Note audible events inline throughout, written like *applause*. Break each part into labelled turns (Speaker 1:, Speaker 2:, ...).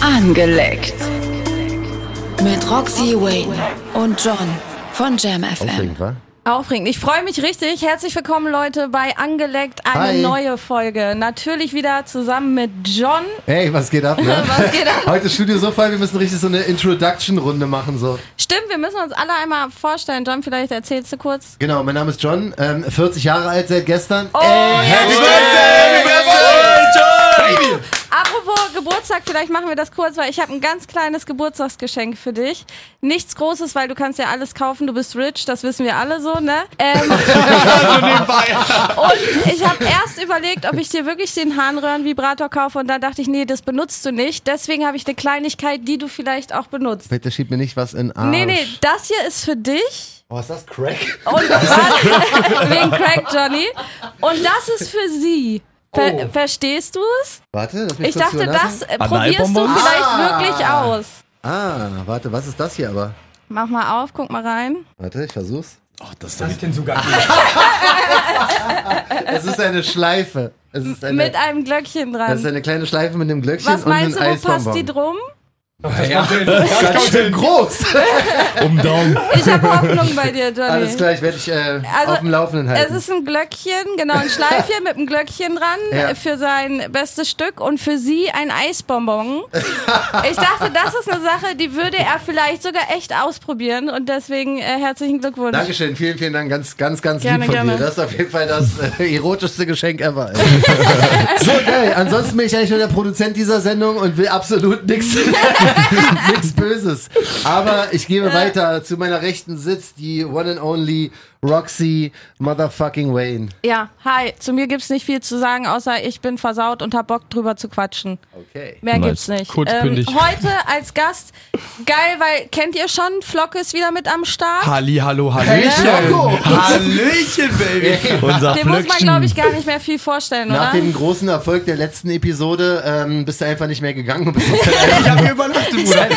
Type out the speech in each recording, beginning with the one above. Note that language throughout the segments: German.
Speaker 1: Angeleckt. Mit Roxy Wayne und John von Jam FM.
Speaker 2: Aufregend, wa?
Speaker 3: Aufregend. Ich freue mich richtig. Herzlich willkommen, Leute, bei Angeleckt. Eine
Speaker 2: Hi.
Speaker 3: neue Folge. Natürlich wieder zusammen mit John.
Speaker 2: Ey, was geht ab, ne?
Speaker 3: Was
Speaker 2: *laughs*
Speaker 3: geht ab?
Speaker 2: Heute ist Studio so voll, wir müssen richtig so eine Introduction-Runde machen, so.
Speaker 3: Stimmt, wir müssen uns alle einmal vorstellen. John, vielleicht erzählst du kurz.
Speaker 2: Genau, mein Name ist John, ähm, 40 Jahre alt seit gestern.
Speaker 3: Oh,
Speaker 2: Ey,
Speaker 3: ja,
Speaker 2: Äh, happy
Speaker 3: stimmt.
Speaker 2: birthday, baby!
Speaker 3: Apropos Geburtstag, vielleicht machen wir das kurz, weil ich habe ein ganz kleines Geburtstagsgeschenk für dich. Nichts Großes, weil du kannst ja alles kaufen. Du bist rich, das wissen wir alle so, ne? Ähm, und ich habe erst überlegt, ob ich dir wirklich den Harnröhrenvibrator kaufe und dann dachte ich, nee, das benutzt du nicht. Deswegen habe ich eine Kleinigkeit, die du vielleicht auch benutzt.
Speaker 2: Bitte schieb mir nicht was in den Arsch.
Speaker 3: Nee, nee, das hier ist für dich.
Speaker 2: Oh, ist das Crack?
Speaker 3: Und warte, *laughs* wegen Craig Johnny. Und das ist für sie. Ver
Speaker 2: Oh.
Speaker 3: Verstehst du es?
Speaker 2: Warte, lass mich
Speaker 3: Ich
Speaker 2: kurz
Speaker 3: dachte,
Speaker 2: überlassen.
Speaker 3: das äh, probierst du
Speaker 4: Analbonbons?
Speaker 3: vielleicht
Speaker 2: Ah.
Speaker 3: wirklich aus.
Speaker 2: Ah, warte, was ist das hier aber?
Speaker 3: Mach mal auf, guck mal rein.
Speaker 2: Warte, ich versuch's.
Speaker 4: Oh, das ist das
Speaker 2: Es ist eine Schleife. Es ist eine,
Speaker 3: Mit einem Glöckchen
Speaker 2: Äh, ne. das ist
Speaker 3: dran.
Speaker 2: eine kleine Schleife mit einem Glöckchen
Speaker 3: Was
Speaker 2: und einem
Speaker 3: meinst du, wo passt die
Speaker 2: Eisbonbon.
Speaker 3: drum?
Speaker 2: Ganz schön groß.
Speaker 4: um Daumen.
Speaker 2: *laughs*
Speaker 3: Ich habe Hoffnung bei dir, Johnny.
Speaker 2: Alles gleich, werde ich äh,
Speaker 3: Also,
Speaker 2: auf dem Laufenden
Speaker 3: Es
Speaker 2: halten.
Speaker 3: ist ein Glöckchen, genau, ein Schleifchen mit einem Glöckchen dran
Speaker 2: Ja.
Speaker 3: äh, für sein bestes Stück und für sie ein
Speaker 2: *laughs*
Speaker 3: Eisbonbon. Ich dachte, das ist eine Sache, die würde er vielleicht sogar echt ausprobieren und deswegen äh, herzlichen Glückwunsch.
Speaker 2: Dankeschön, vielen, vielen Dank. Ganz, ganz, ganz
Speaker 3: Gerne,
Speaker 2: lieb von
Speaker 3: gerne.
Speaker 2: dir. Das ist auf jeden Fall das
Speaker 3: *laughs*
Speaker 2: äh, erotischste Geschenk ever. so geil. Ansonsten bin ich eigentlich nur der Produzent dieser Sendung und will absolut
Speaker 3: *laughs*
Speaker 2: *laughs* nichts nichts Böses. Aber ich gebe weiter. Zu meiner Rechten sitzt die one and only Roxy Motherfucking Wayne.
Speaker 3: Ja, hi, zu mir gibt's nicht viel zu sagen, außer ich bin versaut und hab Bock drüber zu quatschen.
Speaker 2: Okay.
Speaker 3: Mehr
Speaker 4: Nice.
Speaker 3: gibt's nicht. Ähm,
Speaker 4: Kurz, bündig.
Speaker 3: heute als Gast, geil, weil kennt ihr schon, Flock ist wieder mit am Start.
Speaker 4: Halli, hallo, Hallöchen.
Speaker 2: Hallo.
Speaker 4: Hallöchen, Baby. Unser
Speaker 3: Dem muss man, glaube
Speaker 4: Flöckchen.
Speaker 3: ich, gar nicht mehr viel vorstellen,
Speaker 2: Nach
Speaker 3: oder? *laughs*
Speaker 2: dem großen Erfolg der letzten Episode ähm, bist du einfach nicht mehr gegangen und bist seit
Speaker 4: Ich hab mir übernachtet, Bruder.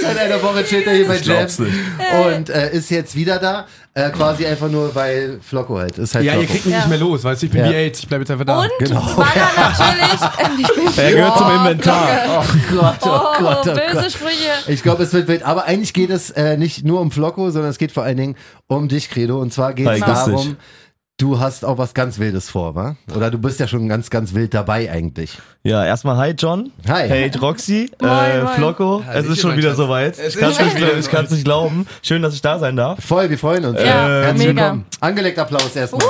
Speaker 2: seit einer Woche chillt er hier bei Jabs
Speaker 4: glaub's nicht.
Speaker 2: und äh, ist jetzt wieder da. Äh, quasi einfach nur, weil Flocko halt ist halt
Speaker 4: Ja, ihr
Speaker 2: Flocko.
Speaker 4: kriegt mich nicht mehr los, weißt du? Ich bin
Speaker 2: Ja. genau.
Speaker 4: wie AIDS, ich bleib jetzt einfach da.
Speaker 3: Und weil er natürlich. Ich
Speaker 2: *laughs*
Speaker 3: bin
Speaker 4: er gehört zum Inventar.
Speaker 2: Oh Gott, oh,
Speaker 3: Oh,
Speaker 2: Gott, oh
Speaker 3: böse
Speaker 2: Gott.
Speaker 3: Sprüche.
Speaker 2: Ich glaube, es wird wild. Aber eigentlich geht es äh, nicht nur um Flocko, sondern es geht vor allen Dingen um dich, Credo. Und zwar geht es
Speaker 4: Hi, grüß dich.
Speaker 2: darum, du hast auch was ganz Wildes vor, wa? Oder du bist ja schon ganz, ganz wild dabei eigentlich.
Speaker 5: Ja, erstmal hi John.
Speaker 2: Hi.
Speaker 5: Hey Roxy, äh,
Speaker 3: moin.
Speaker 5: Flocko. Es ist schon wieder soweit. Ich kann's nicht, glauben, ich kann's nicht glauben. Schön, dass ich da sein darf.
Speaker 2: Voll, wir freuen uns.
Speaker 3: Ja,
Speaker 2: Herzlich
Speaker 3: mega.
Speaker 2: willkommen. Angelegt Applaus erstmal.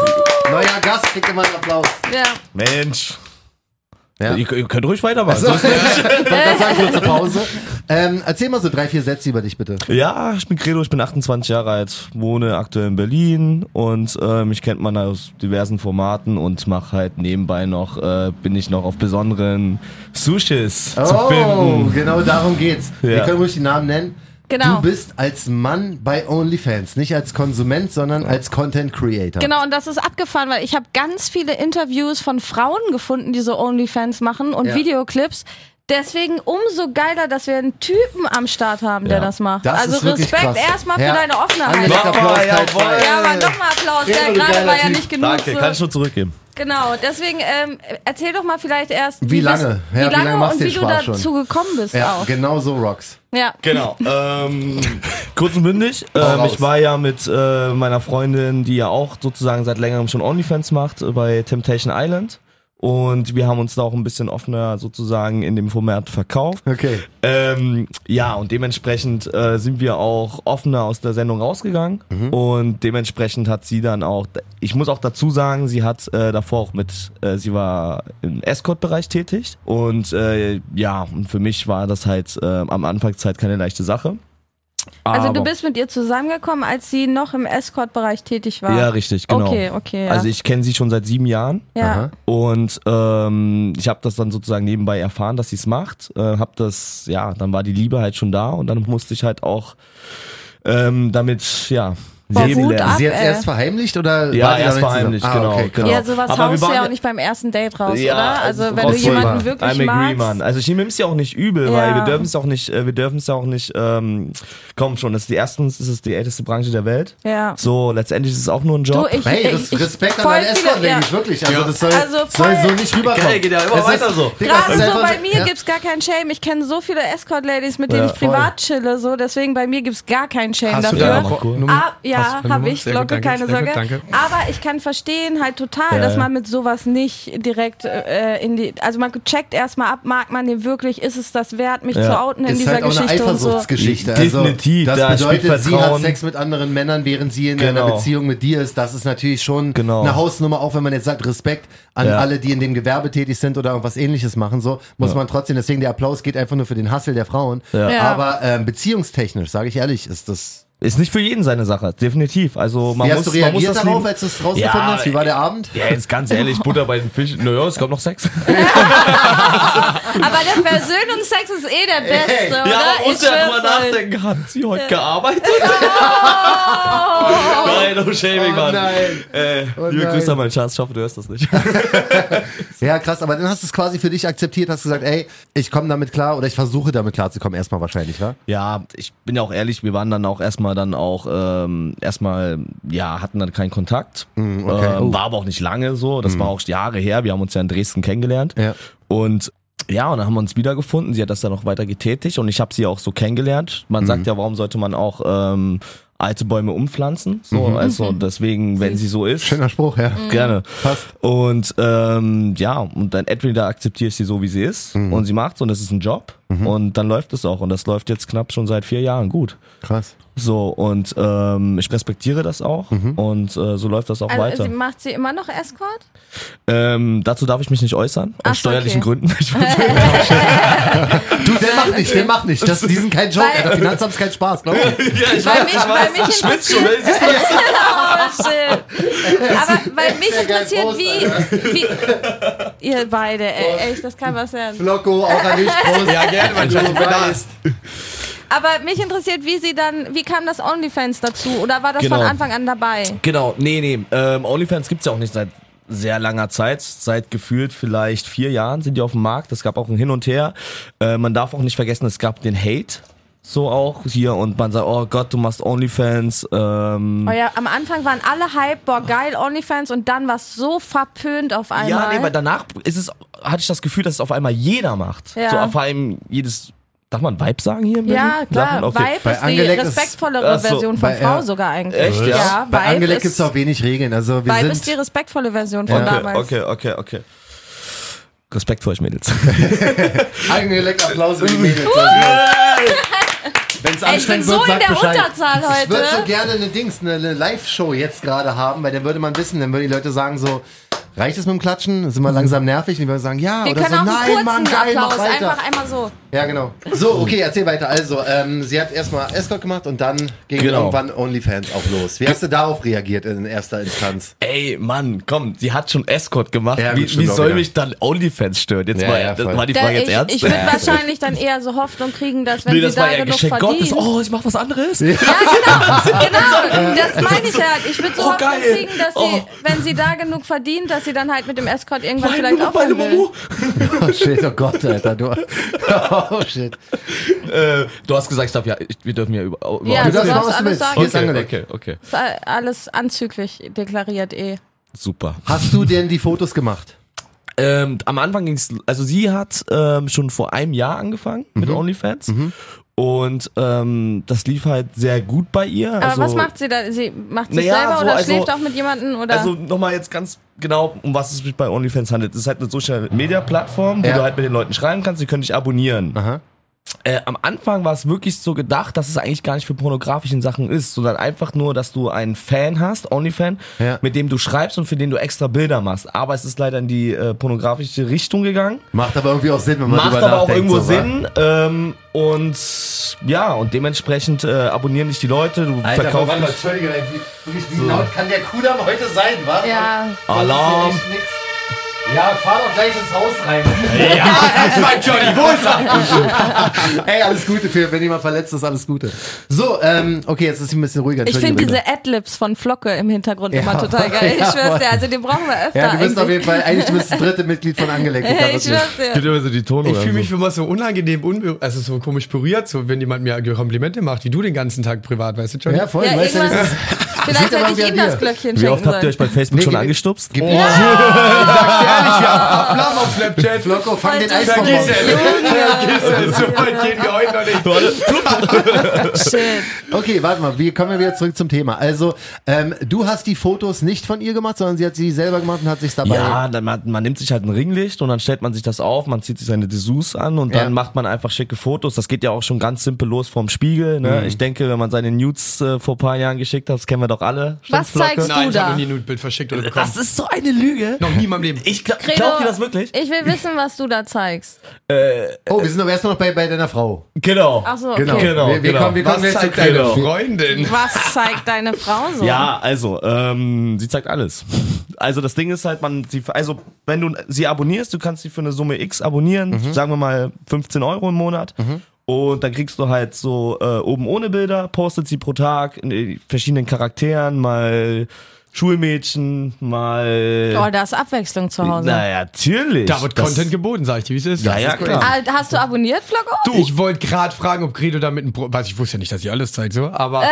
Speaker 2: Neuer Gast kriegt immer einen Applaus.
Speaker 3: Ja.
Speaker 5: Mensch.
Speaker 2: Ja.
Speaker 5: Ihr, ihr könnt ruhig weitermachen.
Speaker 2: So, *laughs* das war eine kurze Pause. Ähm, erzähl mal so drei, vier Sätze über dich bitte.
Speaker 5: Ja, ich bin Credo, ich bin 28 Jahre alt, wohne aktuell in Berlin und äh, mich kennt man aus diversen Formaten und mache halt nebenbei noch, äh, bin ich noch auf besonderen Sushis zu
Speaker 2: Oh,
Speaker 5: finden.
Speaker 2: genau darum geht's. Wir
Speaker 5: *laughs* Ja.
Speaker 2: können ruhig die Namen nennen.
Speaker 3: Genau.
Speaker 2: Du bist als Mann bei OnlyFans, nicht als Konsument, sondern als Content Creator.
Speaker 3: Genau, und das ist abgefahren, weil ich habe ganz viele Interviews von Frauen gefunden, die so OnlyFans machen und
Speaker 2: Ja.
Speaker 3: Videoclips. Deswegen umso geiler, dass wir einen Typen am Start haben, der
Speaker 5: Ja.
Speaker 3: das macht.
Speaker 2: Das
Speaker 3: also
Speaker 2: ist wirklich
Speaker 3: Respekt
Speaker 2: krass.
Speaker 3: erstmal
Speaker 2: Ja.
Speaker 3: für deine Offenheit.
Speaker 2: Angelegt
Speaker 5: Mama,
Speaker 2: Applaus, halt Teil zwei.
Speaker 5: jawohl.
Speaker 3: Ja, aber nochmal Applaus,
Speaker 2: Ja,
Speaker 3: der
Speaker 2: du
Speaker 3: gerade
Speaker 2: geiler
Speaker 3: war ja
Speaker 2: Typ.
Speaker 3: nicht genug.
Speaker 5: Danke,
Speaker 3: so.
Speaker 5: kann ich nur zurückgeben.
Speaker 3: Genau, deswegen ähm, erzähl doch mal vielleicht erst,
Speaker 2: Wie lange?
Speaker 3: Bist,
Speaker 2: Ja,
Speaker 3: wie lange
Speaker 2: machst
Speaker 3: und
Speaker 2: du
Speaker 3: wie
Speaker 2: den
Speaker 3: du
Speaker 2: Spaß
Speaker 3: dazu gekommen bist
Speaker 2: Ja,
Speaker 3: auch.
Speaker 2: genau so rocks.
Speaker 3: Ja.
Speaker 5: Genau. ähm, *laughs* kurz und bündig.
Speaker 2: Hau
Speaker 5: Ähm,
Speaker 2: raus.
Speaker 5: ich war ja mit äh, meiner Freundin, die ja auch sozusagen seit längerem schon OnlyFans macht, äh, bei Temptation Island. Und wir haben uns da auch ein bisschen offener sozusagen in dem Format verkauft.
Speaker 2: Okay.
Speaker 5: Ähm, ja, und dementsprechend äh, sind wir auch offener aus der Sendung rausgegangen. Und dementsprechend hat sie dann auch, ich muss auch dazu sagen, sie hat äh, davor auch mit, äh, sie war im Escort-Bereich tätig. Und äh, ja, und für mich war das halt äh, am Anfangszeit keine leichte Sache.
Speaker 3: Also
Speaker 5: Aber-
Speaker 3: du bist mit ihr zusammengekommen, als sie noch im Escort-Bereich tätig war.
Speaker 5: Ja, richtig, genau.
Speaker 3: Okay, okay. Ja.
Speaker 5: Also ich kenne sie schon seit sieben Jahren.
Speaker 3: ja.
Speaker 2: Aha.
Speaker 5: Und ähm, ich habe das dann sozusagen nebenbei erfahren, dass sie es macht. Äh, hab das, ja, dann war die Liebe halt schon da und dann musste ich halt auch ähm, damit, ja,
Speaker 3: Boah,
Speaker 5: Leben
Speaker 3: Hut
Speaker 5: lernen.
Speaker 3: ab,
Speaker 2: Sie jetzt
Speaker 3: ey.
Speaker 2: erst verheimlicht oder?
Speaker 5: Ja,
Speaker 2: war die
Speaker 5: erst
Speaker 2: noch nicht zusammen? Ah,
Speaker 5: verheimlicht, genau, genau.
Speaker 3: Ja, also sowas
Speaker 5: Aber wir
Speaker 3: haust du
Speaker 5: waren
Speaker 3: ja
Speaker 5: ja-
Speaker 3: auch nicht beim ersten Date raus, oder? Also wenn du
Speaker 5: rausholen.
Speaker 3: jemanden wirklich
Speaker 5: I'm agree,
Speaker 3: magst.
Speaker 5: Mann. Also ich nehme es ja auch nicht übel,
Speaker 3: Ja.
Speaker 5: weil wir dürfen es auch nicht, äh, wir dürfen es ja auch nicht, ähm, komm schon, das ist die erstens, ist es ist die älteste Branche der Welt.
Speaker 3: Ja.
Speaker 5: So, letztendlich ist es auch nur ein Job.
Speaker 3: Du, ich,
Speaker 2: Hey,
Speaker 3: ich,
Speaker 2: Res
Speaker 3: ich,
Speaker 2: Respekt an
Speaker 3: voll
Speaker 2: deinen Escort,
Speaker 3: viele- ja.
Speaker 2: nämlich wirklich. Also, das soll,
Speaker 3: Also
Speaker 2: soll
Speaker 3: voll-
Speaker 2: so nicht rüberkommen.
Speaker 5: Geil, geht ja immer
Speaker 2: Das
Speaker 5: weiter
Speaker 2: ist-
Speaker 5: so.
Speaker 2: Digga, das
Speaker 3: Gerade
Speaker 2: ist
Speaker 3: so
Speaker 2: Also einfach-
Speaker 3: bei mir
Speaker 2: Ja.
Speaker 3: gibt's gar keinen Shame. Ich kenne so viele Escort-Ladies, mit denen
Speaker 5: Ja,
Speaker 3: ich privat chille, so deswegen bei mir gibt's gar keinen Shame
Speaker 4: Hast du
Speaker 3: dafür.
Speaker 4: da
Speaker 5: auch
Speaker 4: noch
Speaker 5: cool.
Speaker 4: Nummer?
Speaker 3: Ah, ja,
Speaker 4: Hast du eine
Speaker 3: habe
Speaker 4: Nummer?
Speaker 3: ich,
Speaker 4: Sehr gut,
Speaker 3: Glocke,
Speaker 4: danke,
Speaker 3: keine
Speaker 4: sehr
Speaker 3: Sorge.
Speaker 4: gut, danke.
Speaker 3: Aber ich kann verstehen halt total,
Speaker 5: Ja,
Speaker 3: dass
Speaker 5: ja.
Speaker 3: man mit sowas nicht direkt äh, in die. Also man checkt erstmal ab, mag man den wirklich, ist es das wert, mich
Speaker 5: Ja.
Speaker 3: zu outen in
Speaker 2: Ist
Speaker 3: dieser
Speaker 2: halt auch eine
Speaker 3: Geschichte und so.
Speaker 2: Eifersuchtsgeschichte.
Speaker 5: Definitiv,
Speaker 2: Also,
Speaker 5: da
Speaker 2: das
Speaker 5: spielt
Speaker 2: bedeutet, sie hat
Speaker 5: Vertrauen.
Speaker 2: Sex mit anderen Männern, während sie in einer
Speaker 5: Genau.
Speaker 2: Beziehung mit dir ist. Das ist natürlich schon
Speaker 5: Genau.
Speaker 2: eine Hausnummer, auch wenn man jetzt sagt, Respekt an
Speaker 5: Ja.
Speaker 2: alle, die in dem Gewerbe tätig sind oder irgendwas ähnliches machen. So muss man trotzdem, deswegen der Applaus geht einfach nur für den Hassel der Frauen.
Speaker 3: Ja.
Speaker 2: Aber ähm, beziehungstechnisch, sage ich ehrlich, ist das.
Speaker 5: Ist nicht für jeden seine Sache, definitiv. Also man
Speaker 2: Wie
Speaker 5: muss,
Speaker 2: hast du
Speaker 5: man muss
Speaker 2: reagiert
Speaker 5: das
Speaker 2: darauf,
Speaker 5: lieben.
Speaker 2: als du es rausgefunden
Speaker 5: Ja,
Speaker 2: hast? Wie war der Abend?
Speaker 5: ja, jetzt ganz ehrlich, Butter bei den Fischen. Naja, es kommt noch Sex.
Speaker 3: Aber der Versöhnungsex ist eh der beste, oder? Ich schwör's euch.
Speaker 5: hat sie heute gearbeitet? *laughs* nein, no shaming,
Speaker 2: Oh
Speaker 5: Mann.
Speaker 2: nein.
Speaker 5: Äh, liebe
Speaker 2: nein.
Speaker 5: Grüße an meinen Schatz, ich hoffe, du hörst das nicht.
Speaker 2: Ja, krass, aber dann hast du es quasi für dich akzeptiert, hast gesagt, ey, ich komme damit klar oder ich versuche damit klarzukommen, erstmal wahrscheinlich, wa?
Speaker 5: *laughs* Ja, ich bin ja auch ehrlich, wir waren dann auch erstmal dann auch ähm, erstmal, ja, hatten dann keinen Kontakt.
Speaker 2: okay.
Speaker 5: ähm,
Speaker 2: Oh. Mm.
Speaker 5: War aber auch nicht lange so. Das war auch Jahre her. Wir haben uns ja in Dresden kennengelernt.
Speaker 2: Ja.
Speaker 5: Und ja, und dann haben wir uns wiedergefunden. Sie hat das dann noch weiter getätigt und ich habe sie auch so kennengelernt. Man
Speaker 2: Mhm.
Speaker 5: sagt ja, warum sollte man auch ähm, alte Bäume umpflanzen? So,
Speaker 2: Mhm.
Speaker 5: also deswegen, wenn sie so ist.
Speaker 2: Schöner Spruch, ja.
Speaker 3: Mhm.
Speaker 5: Mhm. Gerne. Und ähm, ja, und dann entweder akzeptiere ich sie so, wie sie ist und sie macht's und das ist ein Job und dann läuft es auch und das läuft jetzt knapp schon seit vier Jahren gut.
Speaker 2: Krass.
Speaker 5: So und ähm, ich respektiere das auch und äh, so läuft das auch
Speaker 3: Also
Speaker 5: weiter.
Speaker 3: sie macht sie immer noch
Speaker 5: *laughs*
Speaker 3: Escort?
Speaker 5: Ähm, dazu darf ich mich nicht äußern,
Speaker 3: Ach
Speaker 5: aus
Speaker 3: so,
Speaker 5: steuerlichen
Speaker 3: okay.
Speaker 5: Gründen. *laughs* Ich würde sagen,
Speaker 2: Du, der macht nicht, der macht nicht. Das, die sind kein Joke,
Speaker 3: Weil-
Speaker 2: Alter. Finanzamt ist kein Spaß, glaub mir.
Speaker 3: *laughs* Weil mich, weil mich
Speaker 5: *laughs* schwitzt schon,
Speaker 3: interessiert,
Speaker 5: ne? Siehst du das?
Speaker 3: Oh, shit.
Speaker 5: *laughs*
Speaker 3: Aber weil mich
Speaker 2: der geil
Speaker 3: interessiert,
Speaker 2: Post,
Speaker 3: wie, wie.
Speaker 5: *laughs*
Speaker 3: Ihr beide, ey, echt, das kann was werden.
Speaker 2: Flocko, auch an dich, Prost. Ja,
Speaker 5: gerne, mein Schatz, ich bin da.
Speaker 3: Aber mich interessiert, wie sie dann, wie kam das OnlyFans dazu? Oder war das
Speaker 5: Genau.
Speaker 3: von Anfang an dabei?
Speaker 5: Genau, nee, nee. Ähm, OnlyFans gibt's ja auch nicht seit sehr langer Zeit. Seit gefühlt vielleicht vier Jahren sind die auf dem Markt. Es gab auch ein Hin und Her. Äh, man darf auch nicht vergessen, es gab den Hate. So auch hier und man sagt, oh Gott, du machst OnlyFans. Ähm,
Speaker 3: Oh ja, am Anfang waren alle hype, boah, geil, OnlyFans und dann war es so verpönt auf einmal.
Speaker 5: ja, nee, weil danach ist es, hatte ich das Gefühl, dass es auf einmal jeder macht.
Speaker 3: Ja.
Speaker 5: So vor allem jedes, darf man Vibe sagen hier? in Berlin?
Speaker 3: ja
Speaker 5: Sagt
Speaker 3: klar,
Speaker 5: man, okay.
Speaker 3: Vibe
Speaker 2: Bei
Speaker 3: ist die
Speaker 2: angeleckt ist-
Speaker 3: respektvollere
Speaker 5: Ach so,
Speaker 3: Version von
Speaker 2: bei-
Speaker 3: Frau
Speaker 2: ja.
Speaker 3: sogar eigentlich.
Speaker 5: Echt, ja?
Speaker 3: ja
Speaker 2: Bei
Speaker 3: Vibe
Speaker 2: Angelegt
Speaker 3: ist,
Speaker 2: gibt's auch wenig Regeln. Also, wir
Speaker 3: Vibe ist die
Speaker 2: sind.
Speaker 3: respektvolle Version von damals.
Speaker 5: Okay, okay, okay, okay. Respekt vor euch, Mädels.
Speaker 2: Angelegt Applaus für die Mädels. *laughs* Also,
Speaker 5: Wenn es
Speaker 3: Ey, ich bin so in der Unterzahl ne?
Speaker 2: Ich würde so
Speaker 3: heute.
Speaker 2: gerne eine Dings, eine, eine Live-Show jetzt gerade haben, weil dann würde man wissen, dann würden die Leute sagen so, reicht es mit dem Klatschen? Sind wir langsam nervig? Und die würden sagen, ja,
Speaker 3: Wir
Speaker 2: oder
Speaker 3: können
Speaker 2: so,
Speaker 3: auch einen
Speaker 2: nein,
Speaker 3: kurzen
Speaker 2: Mann, geil, mach
Speaker 3: Applaus,
Speaker 2: weiter.
Speaker 3: einfach einmal so.
Speaker 2: Ja, genau. So, okay, erzähl weiter. Also, ähm, sie hat erstmal Escort gemacht und dann ging
Speaker 5: Genau.
Speaker 2: irgendwann OnlyFans auch los. Wie hast du darauf reagiert in erster Instanz?
Speaker 5: Ey, Mann, komm, sie hat schon Escort gemacht.
Speaker 2: Ja,
Speaker 5: wie
Speaker 2: gut, stimmt
Speaker 5: wie
Speaker 2: auch
Speaker 5: soll
Speaker 2: wieder.
Speaker 5: mich dann OnlyFans stören? Jetzt
Speaker 2: Ja,
Speaker 5: war,
Speaker 2: ja,
Speaker 5: das
Speaker 2: voll.
Speaker 5: war die
Speaker 3: Da-
Speaker 5: Frage
Speaker 3: ich
Speaker 5: jetzt ernst.
Speaker 3: ich würde wahrscheinlich dann eher so Hoffnung kriegen, dass wenn
Speaker 5: nee,
Speaker 3: sie
Speaker 5: das
Speaker 3: da
Speaker 5: war ja
Speaker 3: genug
Speaker 5: Geschenk
Speaker 3: verdienen.
Speaker 5: Gottes. Oh, ich mach was anderes.
Speaker 3: Ja, genau, genau, das meine ich halt. Ich würde so
Speaker 5: Oh,
Speaker 3: Hoffnung
Speaker 5: geil.
Speaker 3: kriegen, dass sie,
Speaker 5: Oh.
Speaker 3: wenn sie da genug verdient, dass sie dann halt mit dem Escort irgendwann
Speaker 5: Meine
Speaker 3: vielleicht
Speaker 5: Mumu, meine
Speaker 3: aufhören will.
Speaker 5: Mumu.
Speaker 2: *laughs* Oh shit, oh Gott, Alter, du. Oh shit.
Speaker 5: Äh, du hast gesagt, ich darf ja, ich, wir dürfen ja über. über
Speaker 3: Ja,
Speaker 2: Du
Speaker 3: Also
Speaker 2: darfst
Speaker 3: darfst
Speaker 2: machen, was du
Speaker 3: alles
Speaker 2: willst.
Speaker 3: sagen.
Speaker 2: Hier ist
Speaker 5: okay,
Speaker 2: angelegt.
Speaker 5: okay, okay.
Speaker 3: Ist a- alles anzüglich deklariert eh.
Speaker 5: Super.
Speaker 2: Hast du denn die Fotos gemacht?
Speaker 5: Ähm, am Anfang ging's, also sie hat ähm, schon vor einem Jahr angefangen mit
Speaker 2: Mhm.
Speaker 5: OnlyFans. Und ähm, das lief halt sehr gut bei ihr.
Speaker 3: Aber
Speaker 5: also,
Speaker 3: was macht sie da? Sie macht sich
Speaker 5: Naja,
Speaker 3: selber
Speaker 5: so,
Speaker 3: oder
Speaker 5: also-
Speaker 3: schläft auch mit jemandem oder?
Speaker 5: Also nochmal jetzt ganz genau, um was es sich bei OnlyFans handelt. Es ist halt eine Social-Media-Plattform, wo
Speaker 2: Ja.
Speaker 5: du halt mit den Leuten schreiben kannst, die können dich abonnieren.
Speaker 2: Aha.
Speaker 5: Äh, am Anfang war es wirklich so gedacht, dass es eigentlich gar nicht für pornografischen Sachen ist, sondern einfach nur, dass du einen Fan hast, Onlyfan,
Speaker 2: Ja.
Speaker 5: mit dem du schreibst und für den du extra Bilder machst. Aber es ist leider in die äh, pornografische Richtung gegangen.
Speaker 2: Macht aber irgendwie auch Sinn, wenn man
Speaker 5: Macht
Speaker 2: drüber
Speaker 5: aber auch
Speaker 2: nachdenkt,
Speaker 5: irgendwo
Speaker 2: so, wa?
Speaker 5: Sinn. Ähm, und ja, und dementsprechend äh, abonnieren dich die Leute, du
Speaker 2: Alter,
Speaker 5: verkaufst.
Speaker 2: Verkauf Entschuldige, wie, wie, wie laut kann der Kudamm heute sein, wa?
Speaker 3: ja.
Speaker 2: Das ist hier
Speaker 5: Alarm.
Speaker 2: echt nix. Ja, fahr doch gleich ins Haus rein.
Speaker 4: Ja, erstmal Johnny, wo ist
Speaker 2: Ey, alles Gute für, wenn jemand verletzt ist, alles Gute. So, ähm, okay, jetzt ist es ein bisschen ruhiger.
Speaker 3: Ich
Speaker 2: Entschuldige
Speaker 3: finde
Speaker 2: bitte.
Speaker 3: diese Adlibs von Flocke im Hintergrund
Speaker 2: Ja.
Speaker 3: immer
Speaker 5: *laughs*
Speaker 3: total geil.
Speaker 2: Ja,
Speaker 3: Ich schwör's dir, also den brauchen wir öfter.
Speaker 2: Ja, du bist auf
Speaker 3: eigentlich.
Speaker 2: jeden Fall, eigentlich bist du das dritte Mitglied von
Speaker 3: *laughs*
Speaker 2: Angeleckt.
Speaker 3: ich schwör's dir.
Speaker 5: Geht immer so die Tonung.
Speaker 4: Ich fühle
Speaker 5: an,
Speaker 4: mich immer so unangenehm, unbe also so komisch puriert, so wenn jemand mir Komplimente macht, wie du den ganzen Tag privat, weißt du, Johnny?
Speaker 2: Ja, voll,
Speaker 3: Ja,
Speaker 2: weißt du,
Speaker 3: irgendwann-
Speaker 2: das ist-
Speaker 3: Vielleicht
Speaker 2: Sieht aber
Speaker 3: hätte ich
Speaker 2: wie
Speaker 3: ihm
Speaker 2: an
Speaker 3: das
Speaker 2: dir.
Speaker 3: Glöckchen
Speaker 5: so. Wie oft
Speaker 3: schenken
Speaker 5: habt ihr
Speaker 3: sollen.
Speaker 5: euch bei Facebook
Speaker 2: Nee, Oh.
Speaker 5: schon
Speaker 2: gib-
Speaker 5: angestupst?
Speaker 2: *laughs*
Speaker 5: Oh.
Speaker 2: gib-
Speaker 4: ehrlich, wir haben Flammen auf Snapchat.
Speaker 2: Flocko, oh, fang den
Speaker 3: Vergiss
Speaker 2: Eisbaum
Speaker 4: Vergiss
Speaker 2: auf.
Speaker 4: es. Vergiss es. So weit gehen wir heute noch nicht.
Speaker 3: Shit.
Speaker 2: Okay, warte mal, wir kommen ja wieder zurück zum Thema. Also, ähm, du hast die Fotos nicht von ihr gemacht, sondern sie hat sie selber gemacht und hat sich dabei.
Speaker 5: Ja, dann, man, man nimmt sich halt ein Ringlicht und dann stellt man sich das auf, man zieht sich seine Dessous an und dann
Speaker 2: Ja.
Speaker 5: macht man einfach schicke Fotos. Das geht ja auch schon ganz simpel los vorm Spiegel. Ne? Ich denke, wenn man seine Nudes äh, vor ein paar Jahren geschickt hat, das kennen wir doch alle.
Speaker 3: Was
Speaker 5: Schwanzflocke.
Speaker 3: zeigst
Speaker 4: Nein,
Speaker 3: du
Speaker 4: ich habe
Speaker 3: da?
Speaker 4: noch nie ein Nudebild verschickt oder bekommen.
Speaker 5: Das ist so eine Lüge.
Speaker 4: noch nie in meinem Leben.
Speaker 5: Ich glaub,
Speaker 3: Credo,
Speaker 5: glaubt ihr das wirklich?
Speaker 3: Ich
Speaker 5: *laughs*
Speaker 3: will wissen, was du da zeigst.
Speaker 2: Oh,
Speaker 5: äh,
Speaker 2: wir sind aber erst noch bei, bei deiner Frau.
Speaker 5: Genau.
Speaker 3: Achso, okay.
Speaker 2: Genau. Wir- wir kommen- wir kommen
Speaker 4: Was
Speaker 2: jetzt zu
Speaker 4: zeigt deine
Speaker 5: Credo.
Speaker 4: Freundin?
Speaker 3: Was zeigt deine Frau so?
Speaker 5: Ja, also, ähm, sie zeigt alles. Also das Ding ist halt, man, sie, also wenn du sie abonnierst, du kannst sie für eine Summe X abonnieren,
Speaker 4: Mhm.
Speaker 5: sagen wir mal 15 Euro im Monat. Und dann kriegst du halt so äh, oben ohne Bilder, postet sie pro Tag in äh, verschiedenen Charakteren, mal Schulmädchen, mal.
Speaker 3: Oh, da ist Abwechslung zu Hause.
Speaker 5: Na natürlich.
Speaker 4: Da wird
Speaker 5: Das-
Speaker 4: Content geboten, sag ich dir, wie es ist.
Speaker 5: Ja, ja,
Speaker 4: Das ist
Speaker 5: klar.
Speaker 3: Ah, Hast du abonniert, Flocko?
Speaker 4: Du, ich wollte gerade fragen, ob Credo damit ein Pro Was, ich wusste ja nicht, dass sie alles zeigt, so, aber.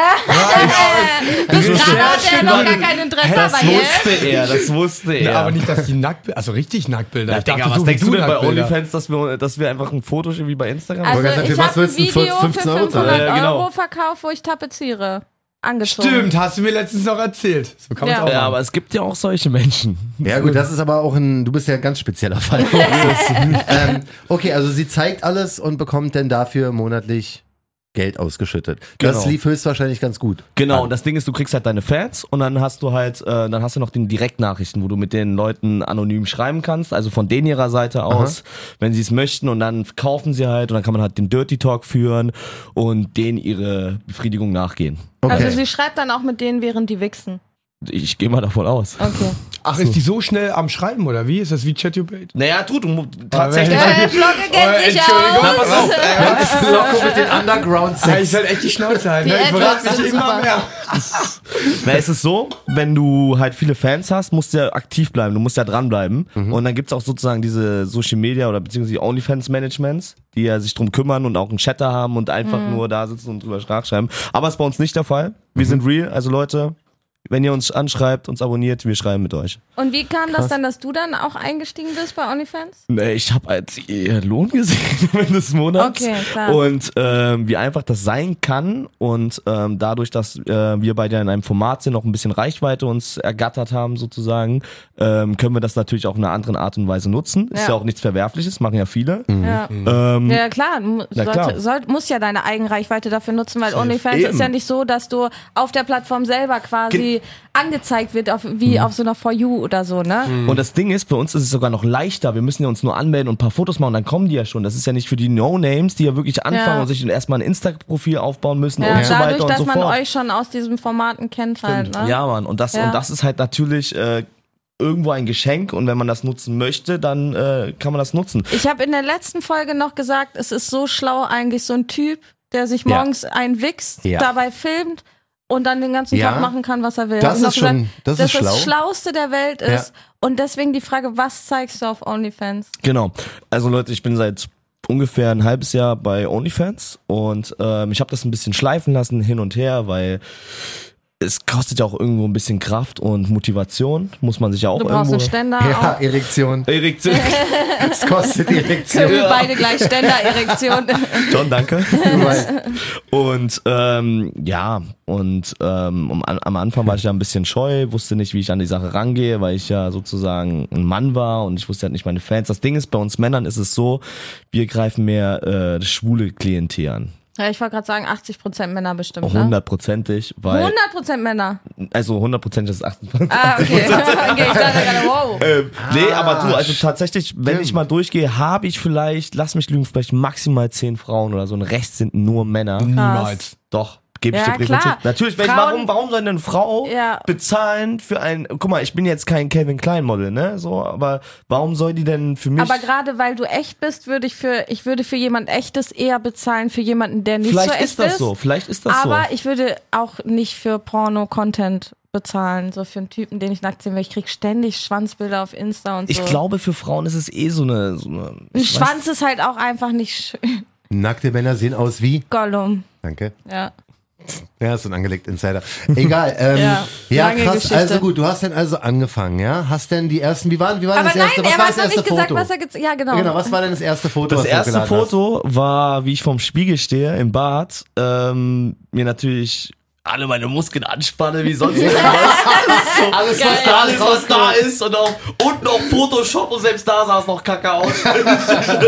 Speaker 3: Äh, bis
Speaker 5: Recherche
Speaker 3: gerade hat er noch gar
Speaker 5: Leute.
Speaker 3: kein Interesse,
Speaker 5: Das
Speaker 3: aber jetzt.
Speaker 5: wusste er, das
Speaker 4: *laughs*
Speaker 5: wusste er.
Speaker 4: Na, aber nicht, dass die Nacktbilder, also richtig Nacktbilder.
Speaker 5: Ja,
Speaker 4: Ich dachte,
Speaker 5: Digga, was
Speaker 4: suchst
Speaker 5: denkst du denn bei
Speaker 4: Nacktbilder?
Speaker 5: OnlyFans, dass wir, dass wir einfach ein Foto irgendwie bei Instagram
Speaker 3: Also,
Speaker 2: wollte gerade sagen,
Speaker 3: ich
Speaker 2: für was
Speaker 3: habe ein
Speaker 2: willst du
Speaker 3: Video
Speaker 2: 12,
Speaker 3: für
Speaker 2: 15 Euro
Speaker 3: 500
Speaker 2: zahlen?
Speaker 5: Ja, genau.
Speaker 3: Euro verkauft, wo ich tapeziere. Angezogen.
Speaker 4: Stimmt, hast du mir letztens noch erzählt. So kann man
Speaker 3: Ja.
Speaker 4: auch
Speaker 5: Ja, aber
Speaker 4: machen.
Speaker 5: es gibt ja auch solche Menschen.
Speaker 2: Ja gut, das ist aber auch ein, du bist ja ein ganz spezieller
Speaker 3: *laughs*
Speaker 2: Fall. ähm, okay, also sie zeigt alles und bekommt dann dafür monatlich Geld ausgeschüttet. Das
Speaker 5: Genau.
Speaker 2: lief höchstwahrscheinlich ganz gut.
Speaker 5: Genau, und das Ding ist, du kriegst halt deine Fans und dann hast du halt, äh, dann hast du noch den Direktnachrichten, wo du mit den Leuten anonym schreiben kannst, also von denen ihrer Seite aus, wenn sie es möchten und dann kaufen sie halt und dann kann man halt den Dirty Talk führen und denen ihre Befriedigung nachgehen.
Speaker 2: Okay.
Speaker 3: Also sie schreibt dann auch mit denen, während die wichsen.
Speaker 5: Ich gehe mal davon aus.
Speaker 3: Okay.
Speaker 4: Ach, ist die so schnell am Schreiben, oder wie? Ist das wie Chatubate?
Speaker 5: Naja, tut, du, tatsächlich.
Speaker 3: Äh,
Speaker 4: *laughs*
Speaker 3: Flocke kennt
Speaker 4: Äh,
Speaker 3: sich
Speaker 4: Entschuldigung.
Speaker 3: aus.
Speaker 5: pass auf,
Speaker 3: *laughs*
Speaker 2: Loco mit den Underground
Speaker 4: Ja,
Speaker 2: Sex.
Speaker 4: ich soll echt die Schnauze halten.
Speaker 3: Die
Speaker 4: Ne? Ich verrate
Speaker 3: Adlibs
Speaker 4: mich
Speaker 3: sind
Speaker 4: immer
Speaker 3: super.
Speaker 4: mehr.
Speaker 5: Na, es ist so, wenn du halt viele Fans hast, musst du ja aktiv bleiben, du musst ja dranbleiben. Und dann gibt's auch sozusagen diese Social Media oder beziehungsweise OnlyFans-Managements, die ja sich drum kümmern und auch einen Chatter haben und einfach nur da sitzen und drüber nachschreiben. Aber ist bei uns nicht der Fall. Wir sind real, also Leute, wenn ihr uns anschreibt, uns abonniert, wir schreiben mit euch.
Speaker 3: Und wie kam das dann, dass du dann auch eingestiegen bist bei OnlyFans?
Speaker 5: Nee, ich habe als ihr Lohn gesehen *laughs* am Ende des Monats.
Speaker 3: Okay, klar.
Speaker 5: Und ähm, wie einfach das sein kann. Und ähm, dadurch, dass äh, wir beide in einem Format sind, noch ein bisschen Reichweite uns ergattert haben, sozusagen, ähm, können wir das natürlich auch in einer anderen Art und Weise nutzen. Ist
Speaker 3: Ja. Mhm.
Speaker 5: ja, auch nichts Verwerfliches, machen ja viele.
Speaker 3: Ja.
Speaker 5: Ähm,
Speaker 3: Ja klar, mu-
Speaker 5: Na
Speaker 3: sollte,
Speaker 5: klar.
Speaker 3: Soll, muss ja deine Eigenreichweite dafür nutzen, weil OnlyFans
Speaker 5: Eben.
Speaker 3: ist ja nicht so, dass du auf der Plattform selber quasi angezeigt wird, auf, wie auf so einer For You oder so, ne?
Speaker 5: Und das Ding ist, bei uns ist es sogar noch leichter. Wir müssen ja uns nur anmelden und ein paar Fotos machen und dann kommen die ja schon. Das ist ja nicht für die No-Names, die ja wirklich anfangen
Speaker 3: Ja.
Speaker 5: und sich erstmal ein Insta-Profil aufbauen müssen
Speaker 3: Ja,
Speaker 5: und so
Speaker 3: dadurch,
Speaker 5: weiter und
Speaker 3: dass
Speaker 5: so
Speaker 3: man
Speaker 5: fort.
Speaker 3: euch schon aus diesen Formaten kennt halt, ne?
Speaker 5: Ja, Mann. Und das,
Speaker 3: Ja.
Speaker 5: und das ist halt natürlich äh, irgendwo ein Geschenk. Und wenn man das nutzen möchte, dann äh, kann man das nutzen.
Speaker 3: Ich habe in der letzten Folge noch gesagt, es ist so schlau eigentlich so ein Typ, der sich morgens einwichst,
Speaker 2: Ja.
Speaker 3: dabei filmt und dann den ganzen
Speaker 2: Ja.
Speaker 3: Tag machen kann, was er will.
Speaker 2: Das
Speaker 3: Hab ich noch
Speaker 2: ist schon- das
Speaker 3: dass
Speaker 2: ist schlau.
Speaker 3: das Schlauste der Welt
Speaker 2: Ja.
Speaker 3: ist. Und deswegen die Frage, was zeigst du auf OnlyFans?
Speaker 5: Genau. Also Leute, ich bin seit ungefähr ein halbes Jahr bei OnlyFans und ähm, ich habe das ein bisschen schleifen lassen hin und her, weil es kostet ja auch irgendwo ein bisschen Kraft und Motivation. Muss man sich ja auch
Speaker 3: Du brauchst
Speaker 5: irgendwo.
Speaker 3: einen Ständer,
Speaker 2: Ja,
Speaker 3: auch. *laughs*
Speaker 2: Erektion.
Speaker 5: Erektion.
Speaker 2: Das kostet Erektion.
Speaker 3: Können wir beide gleich Ständererektion. *laughs*
Speaker 5: John, danke.
Speaker 2: Weil-
Speaker 5: Und ähm, ja, und ähm, um, an, am Anfang war ich ja ein bisschen scheu, wusste nicht, wie ich an die Sache rangehe, weil ich ja sozusagen ein Mann war und ich wusste halt nicht meine Fans. Das Ding ist, bei uns Männern ist es so, wir greifen mehr äh, das schwule Klientel an.
Speaker 3: ja, ich wollte gerade sagen, 80% Männer bestimmt, ne?
Speaker 5: Hundertprozentig, weil,
Speaker 3: 100% Männer.
Speaker 5: also hundertprozentig ist 28.
Speaker 3: Ah,
Speaker 2: *laughs*
Speaker 3: okay. okay ich dachte gerade, wow.
Speaker 5: Ähm, nee, aber du, also tatsächlich, wenn
Speaker 2: stimmt.
Speaker 5: ich mal durchgehe, habe ich vielleicht, lass mich lügen, vielleicht maximal zehn Frauen oder so und rechts sind nur Männer.
Speaker 4: Niemals.
Speaker 5: Doch, Gebe ich
Speaker 3: Ja,
Speaker 5: dir präventiv.
Speaker 3: klar.
Speaker 5: Natürlich, weil ich-
Speaker 3: Frauen-
Speaker 5: warum, warum soll denn eine Frau
Speaker 3: Ja.
Speaker 5: bezahlen für ein. Guck mal, ich bin jetzt kein Kevin Klein Model, ne? So, aber warum soll die denn für mich.
Speaker 3: Aber gerade weil du echt bist, würde ich für ich würde für jemand echtes eher bezahlen für jemanden, der nicht
Speaker 5: vielleicht
Speaker 3: so echt
Speaker 5: ist das so, vielleicht ist das
Speaker 3: aber
Speaker 5: so.
Speaker 3: ich würde auch nicht für Porno-Content bezahlen, so für einen Typen, den ich nackt sehen will. Ich krieg ständig Schwanzbilder auf Insta und so.
Speaker 5: Ich glaube, für Frauen ist es eh so eine. So eine
Speaker 3: ein
Speaker 5: ich weiß-
Speaker 3: Schwanz ist halt auch einfach nicht schön.
Speaker 2: Nackte Männer sehen aus wie.
Speaker 3: *laughs* Gollum.
Speaker 2: Danke.
Speaker 3: Ja.
Speaker 2: Ja, ist unangelegt, Insider. Egal. Ähm, ja,
Speaker 3: Ja, lange
Speaker 2: krass.
Speaker 3: Geschichte.
Speaker 2: Also gut, du hast dann also angefangen, ja? Hast denn die ersten, wie waren, wie war
Speaker 3: Aber
Speaker 2: das
Speaker 3: nein,
Speaker 2: erste, was
Speaker 3: er
Speaker 2: war
Speaker 3: hat
Speaker 2: das
Speaker 3: noch
Speaker 2: erste
Speaker 3: nicht gesagt,
Speaker 2: Foto?
Speaker 3: was er gesagt Ja, genau.
Speaker 2: Genau, was war denn das erste Foto,
Speaker 5: Das
Speaker 2: was du
Speaker 5: erste
Speaker 2: hochgeladen hast?
Speaker 5: Foto war, wie ich vom Spiegel stehe, im Bad, ähm, mir natürlich alle meine Muskeln anspanne, wie sonst irgendwas. So, *laughs* alles, was da ist, was da ist. Und, auch, und noch Photoshop und selbst da sah es noch kacke aus. *laughs*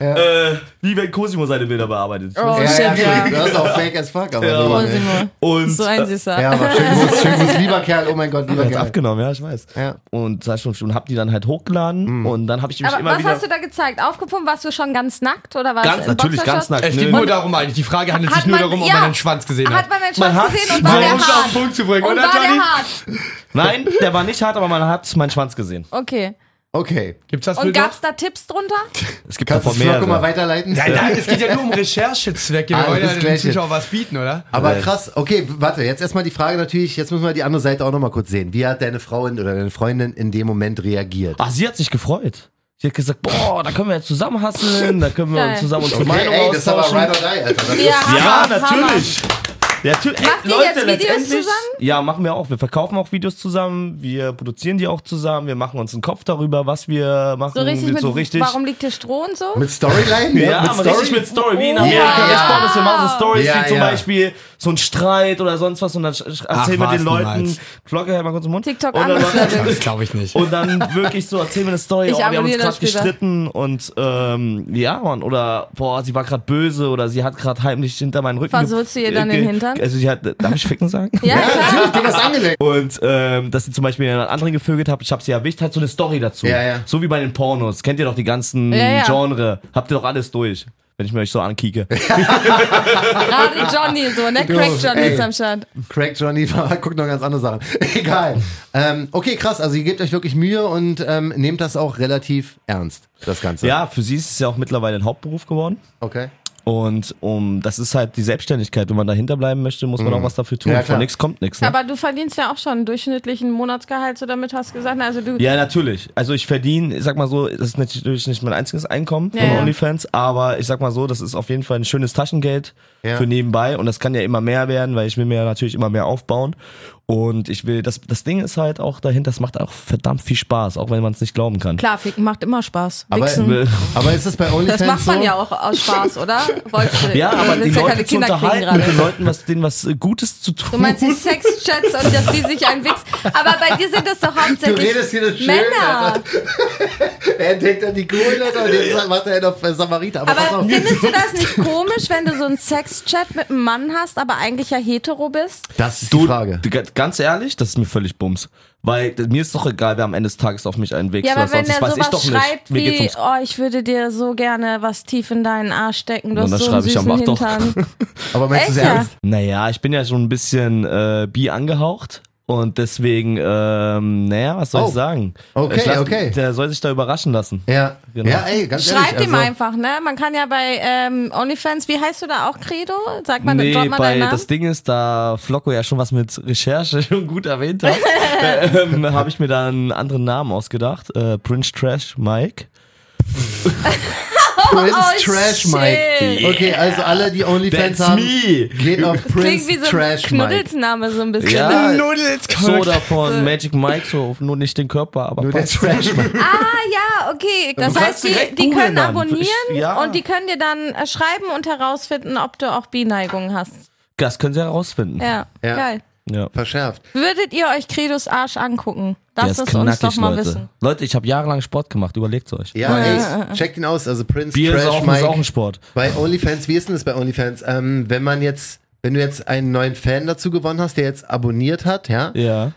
Speaker 5: äh, wie wenn Cosimo seine Bilder bearbeitet.
Speaker 3: Oh,
Speaker 2: Ja, ja,
Speaker 3: shit, ja.
Speaker 2: Das ist auch fake as fuck, aber
Speaker 5: Ja.
Speaker 2: so. ne?
Speaker 3: Cosimo.
Speaker 5: Und
Speaker 3: Oh, So ein Süßer.
Speaker 2: Ja, aber schön groß, schön groß, lieber Kerl, oh mein Gott, lieber
Speaker 5: Er hat's
Speaker 2: Kerl.
Speaker 5: abgenommen, ja, ich weiß.
Speaker 2: Ja.
Speaker 5: Und sag schon, und hab die dann halt hochgeladen und dann habe ich mich
Speaker 3: Aber
Speaker 5: immer
Speaker 3: was
Speaker 5: wieder
Speaker 3: hast du da gezeigt? Aufgepumpt? Warst du schon ganz nackt oder was?
Speaker 5: ganz
Speaker 3: in
Speaker 5: natürlich ganz
Speaker 3: Boxershorts?
Speaker 5: nackt.
Speaker 4: Es
Speaker 5: ne?
Speaker 4: geht nur darum eigentlich. Die Frage handelt
Speaker 3: Hat
Speaker 4: sich nur
Speaker 3: man-
Speaker 4: darum, ob
Speaker 3: ja.
Speaker 4: man einen Schwanz gesehen
Speaker 3: Hat
Speaker 4: hat.
Speaker 3: man meinen
Speaker 5: Man
Speaker 3: Schwanz
Speaker 5: hat-
Speaker 3: gesehen und war
Speaker 5: Man
Speaker 4: So,
Speaker 3: der
Speaker 4: um es auf den
Speaker 3: hart?
Speaker 4: Punkt zu bringen,
Speaker 3: Und
Speaker 4: oder
Speaker 3: war
Speaker 4: Johnny?
Speaker 3: der hart?
Speaker 5: Nein, der war nicht hart, aber man hat meinen Schwanz gesehen.
Speaker 3: Okay.
Speaker 2: Okay.
Speaker 4: Gibt's das
Speaker 3: Und
Speaker 4: Bild noch?
Speaker 3: gab's da Tipps drunter?
Speaker 5: Es gibt halt
Speaker 2: Kannst du
Speaker 5: davon ne?
Speaker 2: das Flocko mal
Speaker 5: mehrere.
Speaker 2: weiterleiten?
Speaker 4: Nein,
Speaker 5: *laughs*
Speaker 4: nein, es geht ja nur um Recherchezwecke.
Speaker 2: Ah,
Speaker 4: Wir wollen
Speaker 2: das
Speaker 4: ja den
Speaker 2: Gleiche.
Speaker 4: Zuschauern was bieten, oder?
Speaker 2: Aber krass, okay, warte, jetzt erstmal die Frage natürlich, jetzt müssen wir die andere Seite auch nochmal kurz sehen. Wie hat deine Frauin oder deine Freundin in dem Moment reagiert?
Speaker 5: Ach, Ah, sie hat sich gefreut. Sie hat gesagt, boah, da können wir jetzt zusammen hasseln, da können wir
Speaker 3: Geil.
Speaker 5: uns zusammen unsere
Speaker 2: Okay,
Speaker 5: Meinung
Speaker 2: ey, das ist aber
Speaker 5: austauschen.
Speaker 2: ride or die, Alter. Das
Speaker 3: Ja,
Speaker 2: ist-
Speaker 5: ja,
Speaker 3: Hammer,
Speaker 5: natürlich. Der Ty- ey,
Speaker 3: Macht ihr
Speaker 5: Leute,
Speaker 3: jetzt Videos
Speaker 5: letztendlich-
Speaker 3: zusammen?
Speaker 5: Ja, machen wir auch. Wir verkaufen auch Videos zusammen, wir produzieren die auch zusammen, wir machen uns einen Kopf darüber, was wir machen.
Speaker 3: So richtig,
Speaker 5: wir-
Speaker 3: mit,
Speaker 5: Hm, so richtig.
Speaker 3: warum liegt hier Stroh und so?
Speaker 2: Mit Storyline?
Speaker 5: ja, mit Story? richtig mit Story, wie in Amerika.
Speaker 3: Ja.
Speaker 5: Wir spawnen uns, wir machen so Stories,
Speaker 2: Ja,
Speaker 5: wie zum
Speaker 2: ja.
Speaker 5: Beispiel so ein Streit oder sonst was und dann sch- sch- erzählen wir
Speaker 4: was
Speaker 5: den Leuten,
Speaker 4: niemals.
Speaker 5: Flocke, halt mal kurz den Mund.
Speaker 3: TikTok
Speaker 5: Und dann-
Speaker 3: anderes Level. *laughs*
Speaker 4: Das glaube ich
Speaker 5: *laughs*
Speaker 4: nicht.
Speaker 5: Und dann wirklich so, erzähl mir eine Story,
Speaker 3: Ich
Speaker 5: oh, wir haben uns
Speaker 3: abonniere
Speaker 5: gerade
Speaker 3: das später.
Speaker 5: gestritten und ähm, ja, Mann, oder boah, sie war gerade böse oder sie hat gerade heimlich hinter meinen Rücken.
Speaker 3: Versohlst du ihr dann
Speaker 5: ge-
Speaker 3: den Hintern?
Speaker 5: Also sie hat, darf ich ficken sagen?
Speaker 3: *laughs* Ja, klar.
Speaker 2: Natürlich, Ding ist angelegt.
Speaker 5: Und ähm, dass sie zum Beispiel einen anderen gefögelt hat, ich hab sie erwischt, hat so eine Story dazu.
Speaker 2: Ja, ja.
Speaker 5: So wie bei den Pornos. Kennt ihr doch die ganzen
Speaker 3: Ja, ja.
Speaker 5: Genre. Habt ihr doch alles durch, wenn ich mir euch
Speaker 2: *laughs*
Speaker 5: so ankieke.
Speaker 3: Gerade Johnny so, ne?
Speaker 2: Jo,
Speaker 3: Crack Johnny
Speaker 2: ey.
Speaker 3: ist am Start.
Speaker 2: Craig Johnny *laughs* war- guckt noch ganz andere Sachen. *laughs* Egal. Ähm, okay, krass, also ihr gebt euch wirklich Mühe und ähm, nehmt das auch relativ ernst, das Ganze.
Speaker 5: Ja, für sie ist es ja auch mittlerweile ein Hauptberuf geworden.
Speaker 2: Okay.
Speaker 5: Und um das ist halt die Selbstständigkeit. Wenn man dahinter bleiben möchte, muss man auch was dafür tun.
Speaker 2: Mhm. Ja, klar.
Speaker 5: Von nichts kommt nichts. Ne?
Speaker 3: Aber du verdienst ja auch schon einen durchschnittlichen Monatsgehalt, so damit hast du gesagt. Also du,
Speaker 5: Ja, natürlich. Also ich verdiene, ich sag mal so, das ist natürlich nicht mein einziges Einkommen
Speaker 3: Ja,
Speaker 5: von
Speaker 3: ja.
Speaker 5: OnlyFans, aber ich sag mal so, das ist auf jeden Fall ein schönes Taschengeld
Speaker 2: Ja.
Speaker 5: für nebenbei und das kann ja immer mehr werden, weil ich will mir ja natürlich immer mehr aufbauen und ich will, das, das Ding ist halt auch dahinter, das macht auch verdammt viel Spaß, auch wenn man es nicht glauben kann.
Speaker 3: klar, ficken macht immer Spaß.
Speaker 2: Aber,
Speaker 3: Wichsen.
Speaker 2: aber ist das bei OnlyFans
Speaker 3: Das macht man
Speaker 2: so?
Speaker 3: ja auch aus Spaß, oder? Wolltest du,
Speaker 5: Ja, aber
Speaker 3: du
Speaker 5: die
Speaker 3: willst ja keine
Speaker 5: Leute zu
Speaker 3: Kinder kriegen
Speaker 5: unterhalten, mit den
Speaker 3: gerade.
Speaker 5: Leuten was, denen was äh, Gutes zu tun.
Speaker 3: Du meinst die Sexchats und dass die sich einwichsen. Aber bei dir sind das doch
Speaker 2: Du
Speaker 3: hauptsächlich
Speaker 2: redest hier das schön,
Speaker 3: Männer.
Speaker 2: *laughs* Er denkt an die Kohle und jetzt macht er ihn auf äh, Samariter. Aber, pass
Speaker 3: Aber
Speaker 2: auf.
Speaker 3: findest du das nicht komisch, wenn du so einen Sexchat mit einem Mann hast, aber eigentlich ja hetero bist?
Speaker 2: Das ist die
Speaker 5: Du,
Speaker 2: Frage.
Speaker 5: g- ganz ehrlich, das ist mir völlig bums. Weil d- mir ist doch egal, wer am Ende des Tages auf mich einen Weg
Speaker 3: Ja, aber
Speaker 5: oder
Speaker 3: wenn
Speaker 5: sonst,
Speaker 3: der
Speaker 5: das weiß ich doch
Speaker 3: sowas schreibt
Speaker 5: nicht. Mir geht's
Speaker 3: wie,
Speaker 5: ums
Speaker 3: oh, ich würde dir so gerne was tief in deinen Arsch stecken, du
Speaker 5: Und
Speaker 3: hast
Speaker 5: dann
Speaker 3: so einen
Speaker 5: schreibe ich
Speaker 3: süßen
Speaker 5: *laughs* ja, mach doch.
Speaker 3: Hintern.
Speaker 2: Aber meinst du es
Speaker 3: Echt, ja?
Speaker 2: ernst?
Speaker 5: Naja, ich bin ja schon ein bisschen äh, bi angehaucht. Und deswegen, ähm, naja, was soll
Speaker 2: Oh.
Speaker 5: ich sagen?
Speaker 2: Okay,
Speaker 5: ich lass,
Speaker 2: okay.
Speaker 5: Der soll sich da überraschen lassen.
Speaker 2: Ja,
Speaker 5: Genau.
Speaker 2: ja ey, ganz ehrlich.
Speaker 3: Schreib ihm
Speaker 2: also-
Speaker 3: einfach, ne? Man kann ja bei ähm, OnlyFans, wie heißt du da auch, Credo? Sag mal, drop
Speaker 5: nee,
Speaker 3: mal
Speaker 5: bei
Speaker 3: deinen Namen.
Speaker 5: das Ding ist, da Flocko ja schon was mit Recherche *laughs* schon gut
Speaker 3: *laughs*
Speaker 5: erwähnt hat, ähm, habe ich mir da einen anderen Namen ausgedacht. Äh, Prince Trash Mike.
Speaker 2: Prince
Speaker 3: Oh,
Speaker 2: Trash
Speaker 3: shit.
Speaker 2: Mike. Okay, also alle, die OnlyFans haben,
Speaker 5: me!
Speaker 2: geht auf
Speaker 3: Klingt
Speaker 2: Prince
Speaker 3: wie so ein
Speaker 2: Trash Mike.
Speaker 3: Knuddelsname so ein bisschen.
Speaker 5: Ja,
Speaker 4: Nudels,
Speaker 5: Soda von Magic Mike, so nur nicht den Körper, aber
Speaker 2: Nur der
Speaker 5: passt.
Speaker 2: Trash Mike.
Speaker 3: Ah ja, okay. Das
Speaker 5: Du
Speaker 3: heißt,
Speaker 5: kannst
Speaker 3: die,
Speaker 5: direkt
Speaker 3: die
Speaker 5: googeln
Speaker 3: können
Speaker 5: dann.
Speaker 3: abonnieren
Speaker 5: Ich- ja.
Speaker 3: und die können dir dann äh, schreiben und herausfinden, ob du auch Bineigungen hast.
Speaker 5: Das können sie herausfinden.
Speaker 3: Ja,
Speaker 2: Ja.
Speaker 3: geil.
Speaker 5: ja.
Speaker 2: Verschärft.
Speaker 3: Würdet ihr euch Credos Arsch angucken?
Speaker 5: Der
Speaker 3: Lasst
Speaker 5: ist
Speaker 3: es
Speaker 5: knackig,
Speaker 3: uns doch mal
Speaker 5: Leute.
Speaker 3: wissen.
Speaker 5: Leute, ich habe jahrelang Sport gemacht, überlegt's euch.
Speaker 2: Ja, ey, checkt ihn aus. Also Prince
Speaker 5: Bier ist
Speaker 2: Trash
Speaker 5: auch, ist auch ein
Speaker 2: Mike.
Speaker 5: Sport.
Speaker 2: Bei OnlyFans, wie ist denn das bei OnlyFans? Ähm, wenn man jetzt, wenn du jetzt einen neuen Fan dazu gewonnen hast, der jetzt abonniert hat, ja,
Speaker 5: Ja.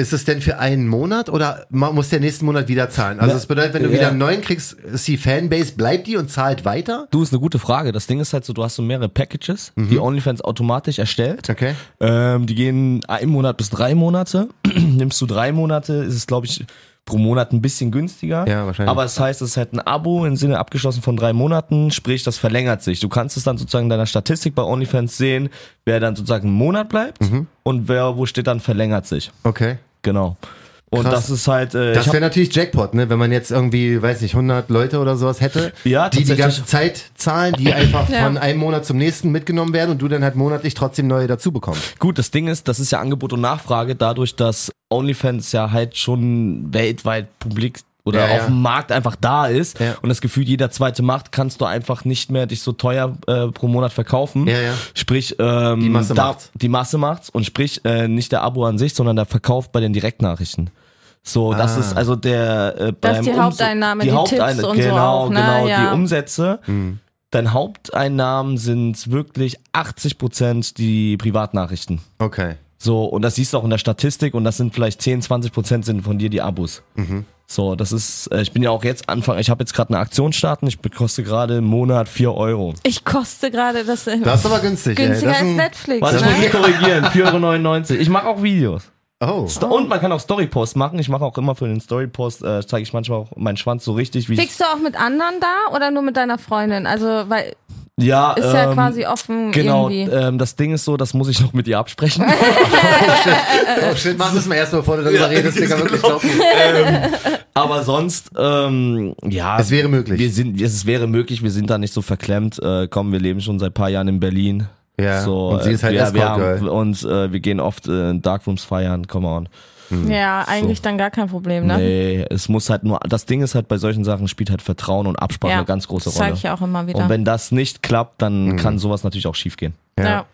Speaker 2: Ist es denn für einen Monat oder man muss der nächsten Monat wieder zahlen? Also
Speaker 5: Na,
Speaker 2: das bedeutet, wenn du
Speaker 5: ja.
Speaker 2: wieder einen neuen kriegst, ist die Fanbase, bleibt die und zahlt weiter?
Speaker 5: Du, ist eine gute Frage. Das Ding ist halt so, du hast so mehrere Packages, die OnlyFans automatisch erstellt.
Speaker 2: Mhm. Okay.
Speaker 5: Ähm, die gehen einen Monat bis drei Monate. *clears throat* Nimmst du drei Monate, ist es, glaube ich, pro Monat ein bisschen günstiger.
Speaker 2: Ja, wahrscheinlich.
Speaker 5: Aber das heißt, es ist halt ein Abo im Sinne abgeschlossen von drei Monaten, sprich, das verlängert sich. Du kannst es dann sozusagen in deiner Statistik bei OnlyFans sehen, wer dann sozusagen einen Monat bleibt
Speaker 2: Mhm.
Speaker 5: und wer wo steht, dann verlängert sich.
Speaker 2: Okay.
Speaker 5: Genau. Und
Speaker 2: Krass.
Speaker 5: das ist halt. Äh, ich
Speaker 2: Das
Speaker 5: hab-
Speaker 2: wäre natürlich Jackpot, ne? wenn man jetzt irgendwie, weiß nicht, 100 Leute oder sowas hätte,
Speaker 5: *laughs* Ja,
Speaker 2: die die
Speaker 5: tatsächlich.
Speaker 2: ganze Zeit zahlen, die einfach
Speaker 3: *laughs* Ja.
Speaker 2: von einem Monat zum nächsten mitgenommen werden und du dann halt monatlich trotzdem neue dazu bekommst.
Speaker 5: Gut, das Ding ist, das ist ja Angebot und Nachfrage, dadurch, dass OnlyFans ja halt schon weltweit publik oder
Speaker 2: Ja, ja.
Speaker 5: auf dem Markt einfach da ist
Speaker 2: Ja.
Speaker 5: und das Gefühl, jeder zweite macht, kannst du einfach nicht mehr dich so teuer äh, pro Monat verkaufen.
Speaker 2: Ja, ja.
Speaker 5: Sprich, ähm,
Speaker 2: Die Masse macht's.
Speaker 5: die Masse macht's und sprich, äh, nicht der Abo an sich, sondern der Verkauf bei den Direktnachrichten. So, das
Speaker 2: Ah.
Speaker 5: ist also der äh, beim
Speaker 3: die
Speaker 5: Umsa-
Speaker 3: Haupteinnahme, die Tipps
Speaker 5: Hauptein-
Speaker 3: und so
Speaker 5: genau,
Speaker 3: auch, ne?
Speaker 5: Genau,
Speaker 3: Ja.
Speaker 5: die Umsätze.
Speaker 2: Mhm.
Speaker 5: Deine Haupteinnahmen sind wirklich 80% die Privatnachrichten.
Speaker 2: Okay.
Speaker 5: So, und das siehst du auch in der Statistik und das sind vielleicht 10, 20 Prozent sind von dir die Abos.
Speaker 2: Mhm.
Speaker 5: So, das ist, äh, ich bin ja auch jetzt Anfang, ich habe jetzt gerade eine Aktion starten, ich koste gerade im Monat 4 Euro.
Speaker 3: Ich koste gerade das.
Speaker 2: Das ist aber günstig.
Speaker 3: günstiger als
Speaker 2: ey. Das
Speaker 3: Netflix,
Speaker 5: Warte, das muss
Speaker 3: ne?
Speaker 5: ich
Speaker 2: *laughs*
Speaker 5: korrigieren, 4,99 Euro. Ich mache auch Videos.
Speaker 2: ist ein, oh.
Speaker 5: Und man kann auch Storypost machen, ich mache auch immer für den Storypost, äh, zeige ich manchmal auch meinen Schwanz so richtig, wie ich...
Speaker 3: Fickst du auch mit anderen da oder nur mit deiner Freundin? Also, weil
Speaker 5: Ja,
Speaker 3: ist ja
Speaker 5: ähm,
Speaker 3: quasi offen
Speaker 5: Genau,
Speaker 3: irgendwie.
Speaker 5: ähm, das Ding ist so, das muss ich noch mit
Speaker 3: *laughs*
Speaker 5: ihr absprechen.
Speaker 2: oh shit, mach das mal erst, bevor du darüber redest, Digga,
Speaker 5: *laughs*
Speaker 2: wirklich laufen.
Speaker 5: Aber sonst, ähm, ja.
Speaker 2: Es wäre möglich.
Speaker 5: Wir sind, es wäre möglich, wir sind da nicht so verklemmt. Äh, komm, wir leben schon seit paar Jahren in Berlin.
Speaker 2: Ja,
Speaker 5: So, äh,
Speaker 2: und sie ist halt
Speaker 5: wir,
Speaker 2: Escort
Speaker 5: wir haben,
Speaker 2: Girl.
Speaker 5: Und äh, wir gehen oft äh, in Darkrooms feiern, come on.
Speaker 3: ja, eigentlich dann gar kein Problem, ne?
Speaker 5: ähm, Nee, es muss halt nur, das Ding ist halt, bei solchen Sachen spielt halt Vertrauen und Absprache
Speaker 3: ja,
Speaker 5: eine ganz große
Speaker 3: das sag
Speaker 5: Rolle.
Speaker 3: ich ja auch immer wieder.
Speaker 5: und wenn das nicht klappt,
Speaker 2: Mhm.
Speaker 5: dann kann sowas natürlich auch schief gehen.
Speaker 3: ja.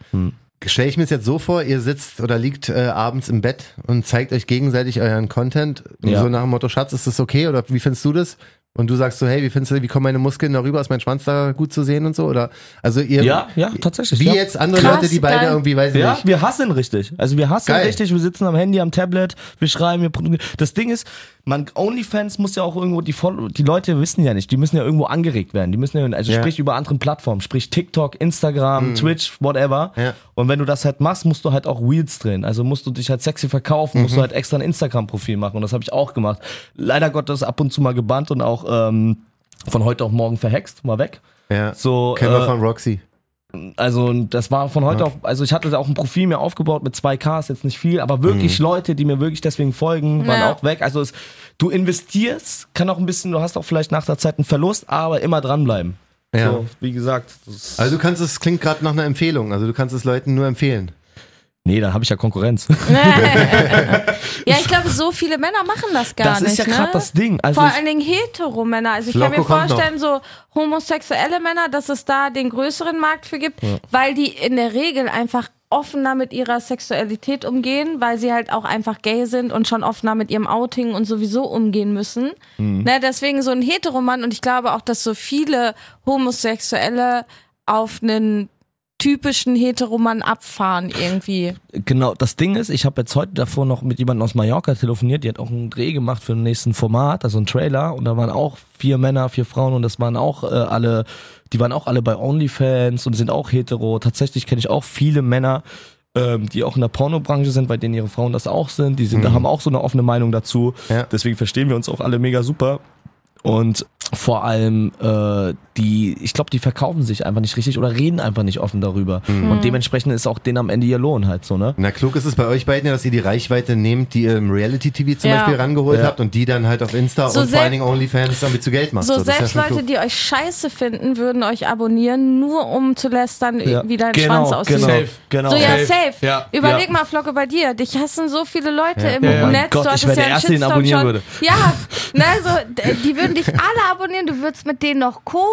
Speaker 2: Stelle ich mir es jetzt so vor, ihr sitzt oder liegt äh, abends im Bett und zeigt euch gegenseitig euren Content.
Speaker 5: Ja.
Speaker 2: So nach dem Motto, Schatz, ist das okay oder wie findest du das? Und du sagst so, hey, wie findest du, wie kommen meine Muskeln darüber? Ist mein Schwanz da gut zu sehen und so? Oder also ihr
Speaker 5: Ja, ja, tatsächlich.
Speaker 2: wie
Speaker 5: ja.
Speaker 2: jetzt andere
Speaker 3: Krass,
Speaker 2: Leute, die beide
Speaker 3: geil.
Speaker 2: irgendwie, weiß ich
Speaker 5: Ja,
Speaker 2: nicht.
Speaker 5: wir hassen richtig. Also wir hassen
Speaker 2: Geil.
Speaker 5: richtig, wir sitzen am Handy, am Tablet, wir schreiben, wir produ- Das Ding ist, man, Onlyfans muss ja auch irgendwo, die, Follow- die Leute wissen ja nicht, die müssen ja irgendwo angeregt werden. Die müssen ja, also
Speaker 2: Ja. Hm.
Speaker 5: sprich über anderen Plattformen, sprich TikTok, Instagram, Twitch, whatever.
Speaker 2: Ja.
Speaker 5: Und wenn du das halt machst, musst du halt auch Reels drehen. Also musst du dich halt sexy verkaufen,
Speaker 2: Mhm.
Speaker 5: musst du halt extra ein Instagram-Profil machen. Und das habe ich auch gemacht. Leider Gottes ab und zu mal gebannt und auch ähm, von heute auf morgen verhext, mal weg.
Speaker 2: Ja.
Speaker 5: So,
Speaker 2: Kennen wir
Speaker 5: äh,
Speaker 2: von Roxy.
Speaker 5: also und das war von heute auf, also ich hatte da auch ein Profil mir aufgebaut mit 2K, ist jetzt nicht viel, aber wirklich Leute, die mir wirklich deswegen folgen, waren
Speaker 3: Ja.
Speaker 5: auch weg. Also es, du investierst, kann auch ein bisschen, du hast auch vielleicht nach der Zeit einen Verlust, aber immer dranbleiben.
Speaker 2: Ja.
Speaker 5: So, wie gesagt. Das,
Speaker 2: Also du kannst es, klingt gerade nach einer Empfehlung. Also du kannst es Leuten nur empfehlen.
Speaker 5: nee, dann habe ich ja Konkurrenz.
Speaker 3: *laughs*
Speaker 5: *laughs*
Speaker 3: ja, ich glaube, so viele Männer machen das gar
Speaker 5: das
Speaker 3: nicht.
Speaker 5: ist ja
Speaker 3: ne?
Speaker 5: gerade das Ding. Also
Speaker 3: Vor
Speaker 5: ich-
Speaker 3: allen Dingen Hetero-Männer. Also ich kann
Speaker 2: Flocko
Speaker 3: mir
Speaker 2: kommt
Speaker 3: vorstellen, so homosexuelle Männer, dass es da den größeren Markt für gibt, weil die in der Regel einfach offener mit ihrer Sexualität umgehen, weil sie halt auch einfach gay sind und schon offener mit ihrem Outing und sowieso umgehen müssen.
Speaker 5: Mhm.
Speaker 3: Ne, deswegen so ein Heteromann und ich glaube auch, dass so viele Homosexuelle auf einen typischen Heteromann abfahren irgendwie.
Speaker 5: Genau, das Ding ist, ich habe jetzt heute davor noch mit jemandem aus Mallorca telefoniert, die hat auch einen Dreh gemacht für den nächsten Format, also einen Trailer und da waren auch vier Männer, vier Frauen und das waren auch äh, alle, die waren auch alle bei OnlyFans und sind auch hetero. Tatsächlich kenne ich auch viele Männer, ähm, die auch in der Pornobranche sind, bei denen ihre Frauen das auch sind, die sind, da haben auch so eine offene Meinung dazu.
Speaker 2: Ja.
Speaker 5: Deswegen verstehen wir uns auch alle mega super. Und vor allem, äh, die, ich glaube, die verkaufen sich einfach nicht richtig oder reden einfach nicht offen darüber. Und dementsprechend ist auch denen am Ende ihr Lohn halt so, ne?
Speaker 2: Na klug ist es bei euch beiden ja, dass ihr die Reichweite nehmt, die ihr im Reality-TV zum
Speaker 3: Ja.
Speaker 2: Beispiel rangeholt
Speaker 5: Ja.
Speaker 2: habt und die dann halt auf Insta
Speaker 3: So
Speaker 2: und vor
Speaker 3: sel-
Speaker 2: allen Dingen OnlyFans damit zu Geld macht.
Speaker 3: So,
Speaker 2: das ist ja
Speaker 3: selbst
Speaker 2: schon
Speaker 3: Leute,
Speaker 2: klug.
Speaker 3: die euch scheiße finden, würden euch abonnieren, nur um zu lästern,
Speaker 5: Ja.
Speaker 3: wie dein
Speaker 5: Genau,
Speaker 3: Schwanz aussieht.
Speaker 5: genau,
Speaker 4: Safe.
Speaker 5: genau.
Speaker 3: So, ja,
Speaker 4: Safe.
Speaker 3: safe.
Speaker 4: Ja.
Speaker 3: Überleg
Speaker 5: Ja.
Speaker 3: mal, Flocke, bei dir. Dich hassen so viele Leute im
Speaker 4: Ja, ja.
Speaker 3: Netz.
Speaker 5: Mein Gott,
Speaker 3: du
Speaker 5: ich
Speaker 3: hattest
Speaker 5: wär der
Speaker 3: ja einen
Speaker 5: Erste, den
Speaker 3: Shitstorm
Speaker 5: abonnieren
Speaker 3: schon.
Speaker 5: würde.
Speaker 3: Ja, ne, so, d- die würden dich alle abonnieren. Du würdest mit denen noch Kohle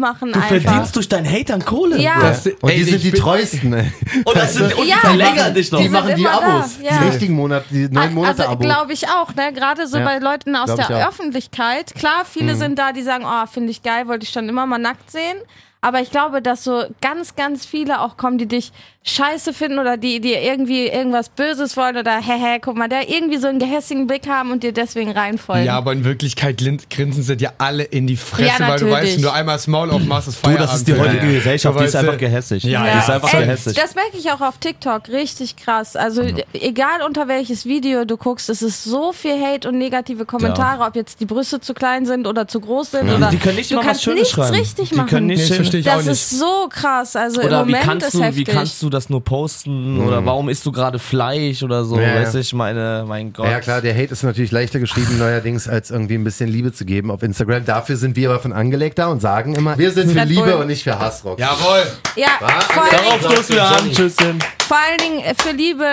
Speaker 3: machen
Speaker 5: Du
Speaker 3: einfach.
Speaker 5: verdienst durch deinen Hatern Kohle.
Speaker 3: Ja.
Speaker 4: Das-
Speaker 2: Und
Speaker 4: Ey,
Speaker 2: die sind
Speaker 4: ich
Speaker 2: die
Speaker 4: bin-
Speaker 2: treuesten. ey.
Speaker 5: Und das sind, und
Speaker 3: Ja.
Speaker 5: die verlängern dich noch.
Speaker 2: Die
Speaker 3: sind
Speaker 2: machen die
Speaker 3: immer da,
Speaker 2: Abos.
Speaker 3: *laughs* ja.
Speaker 2: Die richtigen Monate, die neun Monate
Speaker 3: also
Speaker 2: Abo.
Speaker 3: glaube ich auch, ne? Gerade so
Speaker 2: Ja.
Speaker 3: bei Leuten aus
Speaker 2: Glaub ich
Speaker 3: der
Speaker 2: auch. Mhm.
Speaker 3: Öffentlichkeit. Klar, viele sind da, die sagen, oh, finde ich geil, wollte ich schon immer mal nackt sehen. Aber ich glaube, dass so ganz, ganz viele auch kommen, die dich scheiße finden oder die dir irgendwie irgendwas Böses wollen oder hehe, guck mal, der irgendwie so einen gehässigen Blick haben und dir deswegen reinfolgen.
Speaker 4: Ja, aber in Wirklichkeit glin- grinsen sie dir alle in die Fresse, weil du
Speaker 3: natürlich.
Speaker 4: weißt, wenn du einmal
Speaker 3: *clears throat*
Speaker 4: das Maul aufmachst, ist
Speaker 5: Du,
Speaker 4: Feierabend.
Speaker 5: das ist die heutige Gesellschaft,
Speaker 4: Du
Speaker 5: die ist
Speaker 4: weißt,
Speaker 5: einfach
Speaker 4: äh,
Speaker 5: gehässig.
Speaker 4: Ja,
Speaker 5: Die
Speaker 4: ja.
Speaker 5: ist einfach
Speaker 3: Ey,
Speaker 5: gehässig.
Speaker 3: Das merke ich auch auf TikTok, richtig krass. Also egal unter welches Video du guckst, es ist so viel Hate und negative Kommentare, ob jetzt die Brüste zu klein sind oder zu groß sind oder
Speaker 5: Die können nicht
Speaker 3: du
Speaker 5: mal was
Speaker 3: kannst
Speaker 5: Schönes
Speaker 3: nichts
Speaker 5: schreiben.
Speaker 3: richtig
Speaker 5: die
Speaker 3: machen.
Speaker 5: Können nicht
Speaker 4: Nee, das
Speaker 5: schön-
Speaker 4: verstehe ich auch
Speaker 3: das
Speaker 4: nicht.
Speaker 3: ist so krass. Also
Speaker 5: oder
Speaker 3: im
Speaker 5: wie
Speaker 3: Moment
Speaker 5: kannst,
Speaker 3: ist
Speaker 5: du, wie
Speaker 3: heftig.
Speaker 5: kannst du das nur posten? Oder warum isst du gerade Fleisch oder so?
Speaker 2: Ja, ja.
Speaker 5: weißt du, ich meine, mein Gott.
Speaker 2: Ja klar, der Hate ist natürlich leichter geschrieben neuerdings, als irgendwie ein bisschen Liebe zu geben auf Instagram. Dafür sind wir aber von angelegt da und sagen immer, wir sind für
Speaker 3: Red
Speaker 2: Liebe
Speaker 3: Bull.
Speaker 2: und nicht für Hassrock.
Speaker 4: Jawohl.
Speaker 3: ja,
Speaker 5: Ah,
Speaker 2: Was?
Speaker 3: vor, allen
Speaker 5: Darauf
Speaker 3: Dingen,
Speaker 5: stoßen wir an. Tschüsschen.
Speaker 3: vor allen Dingen äh, für Liebe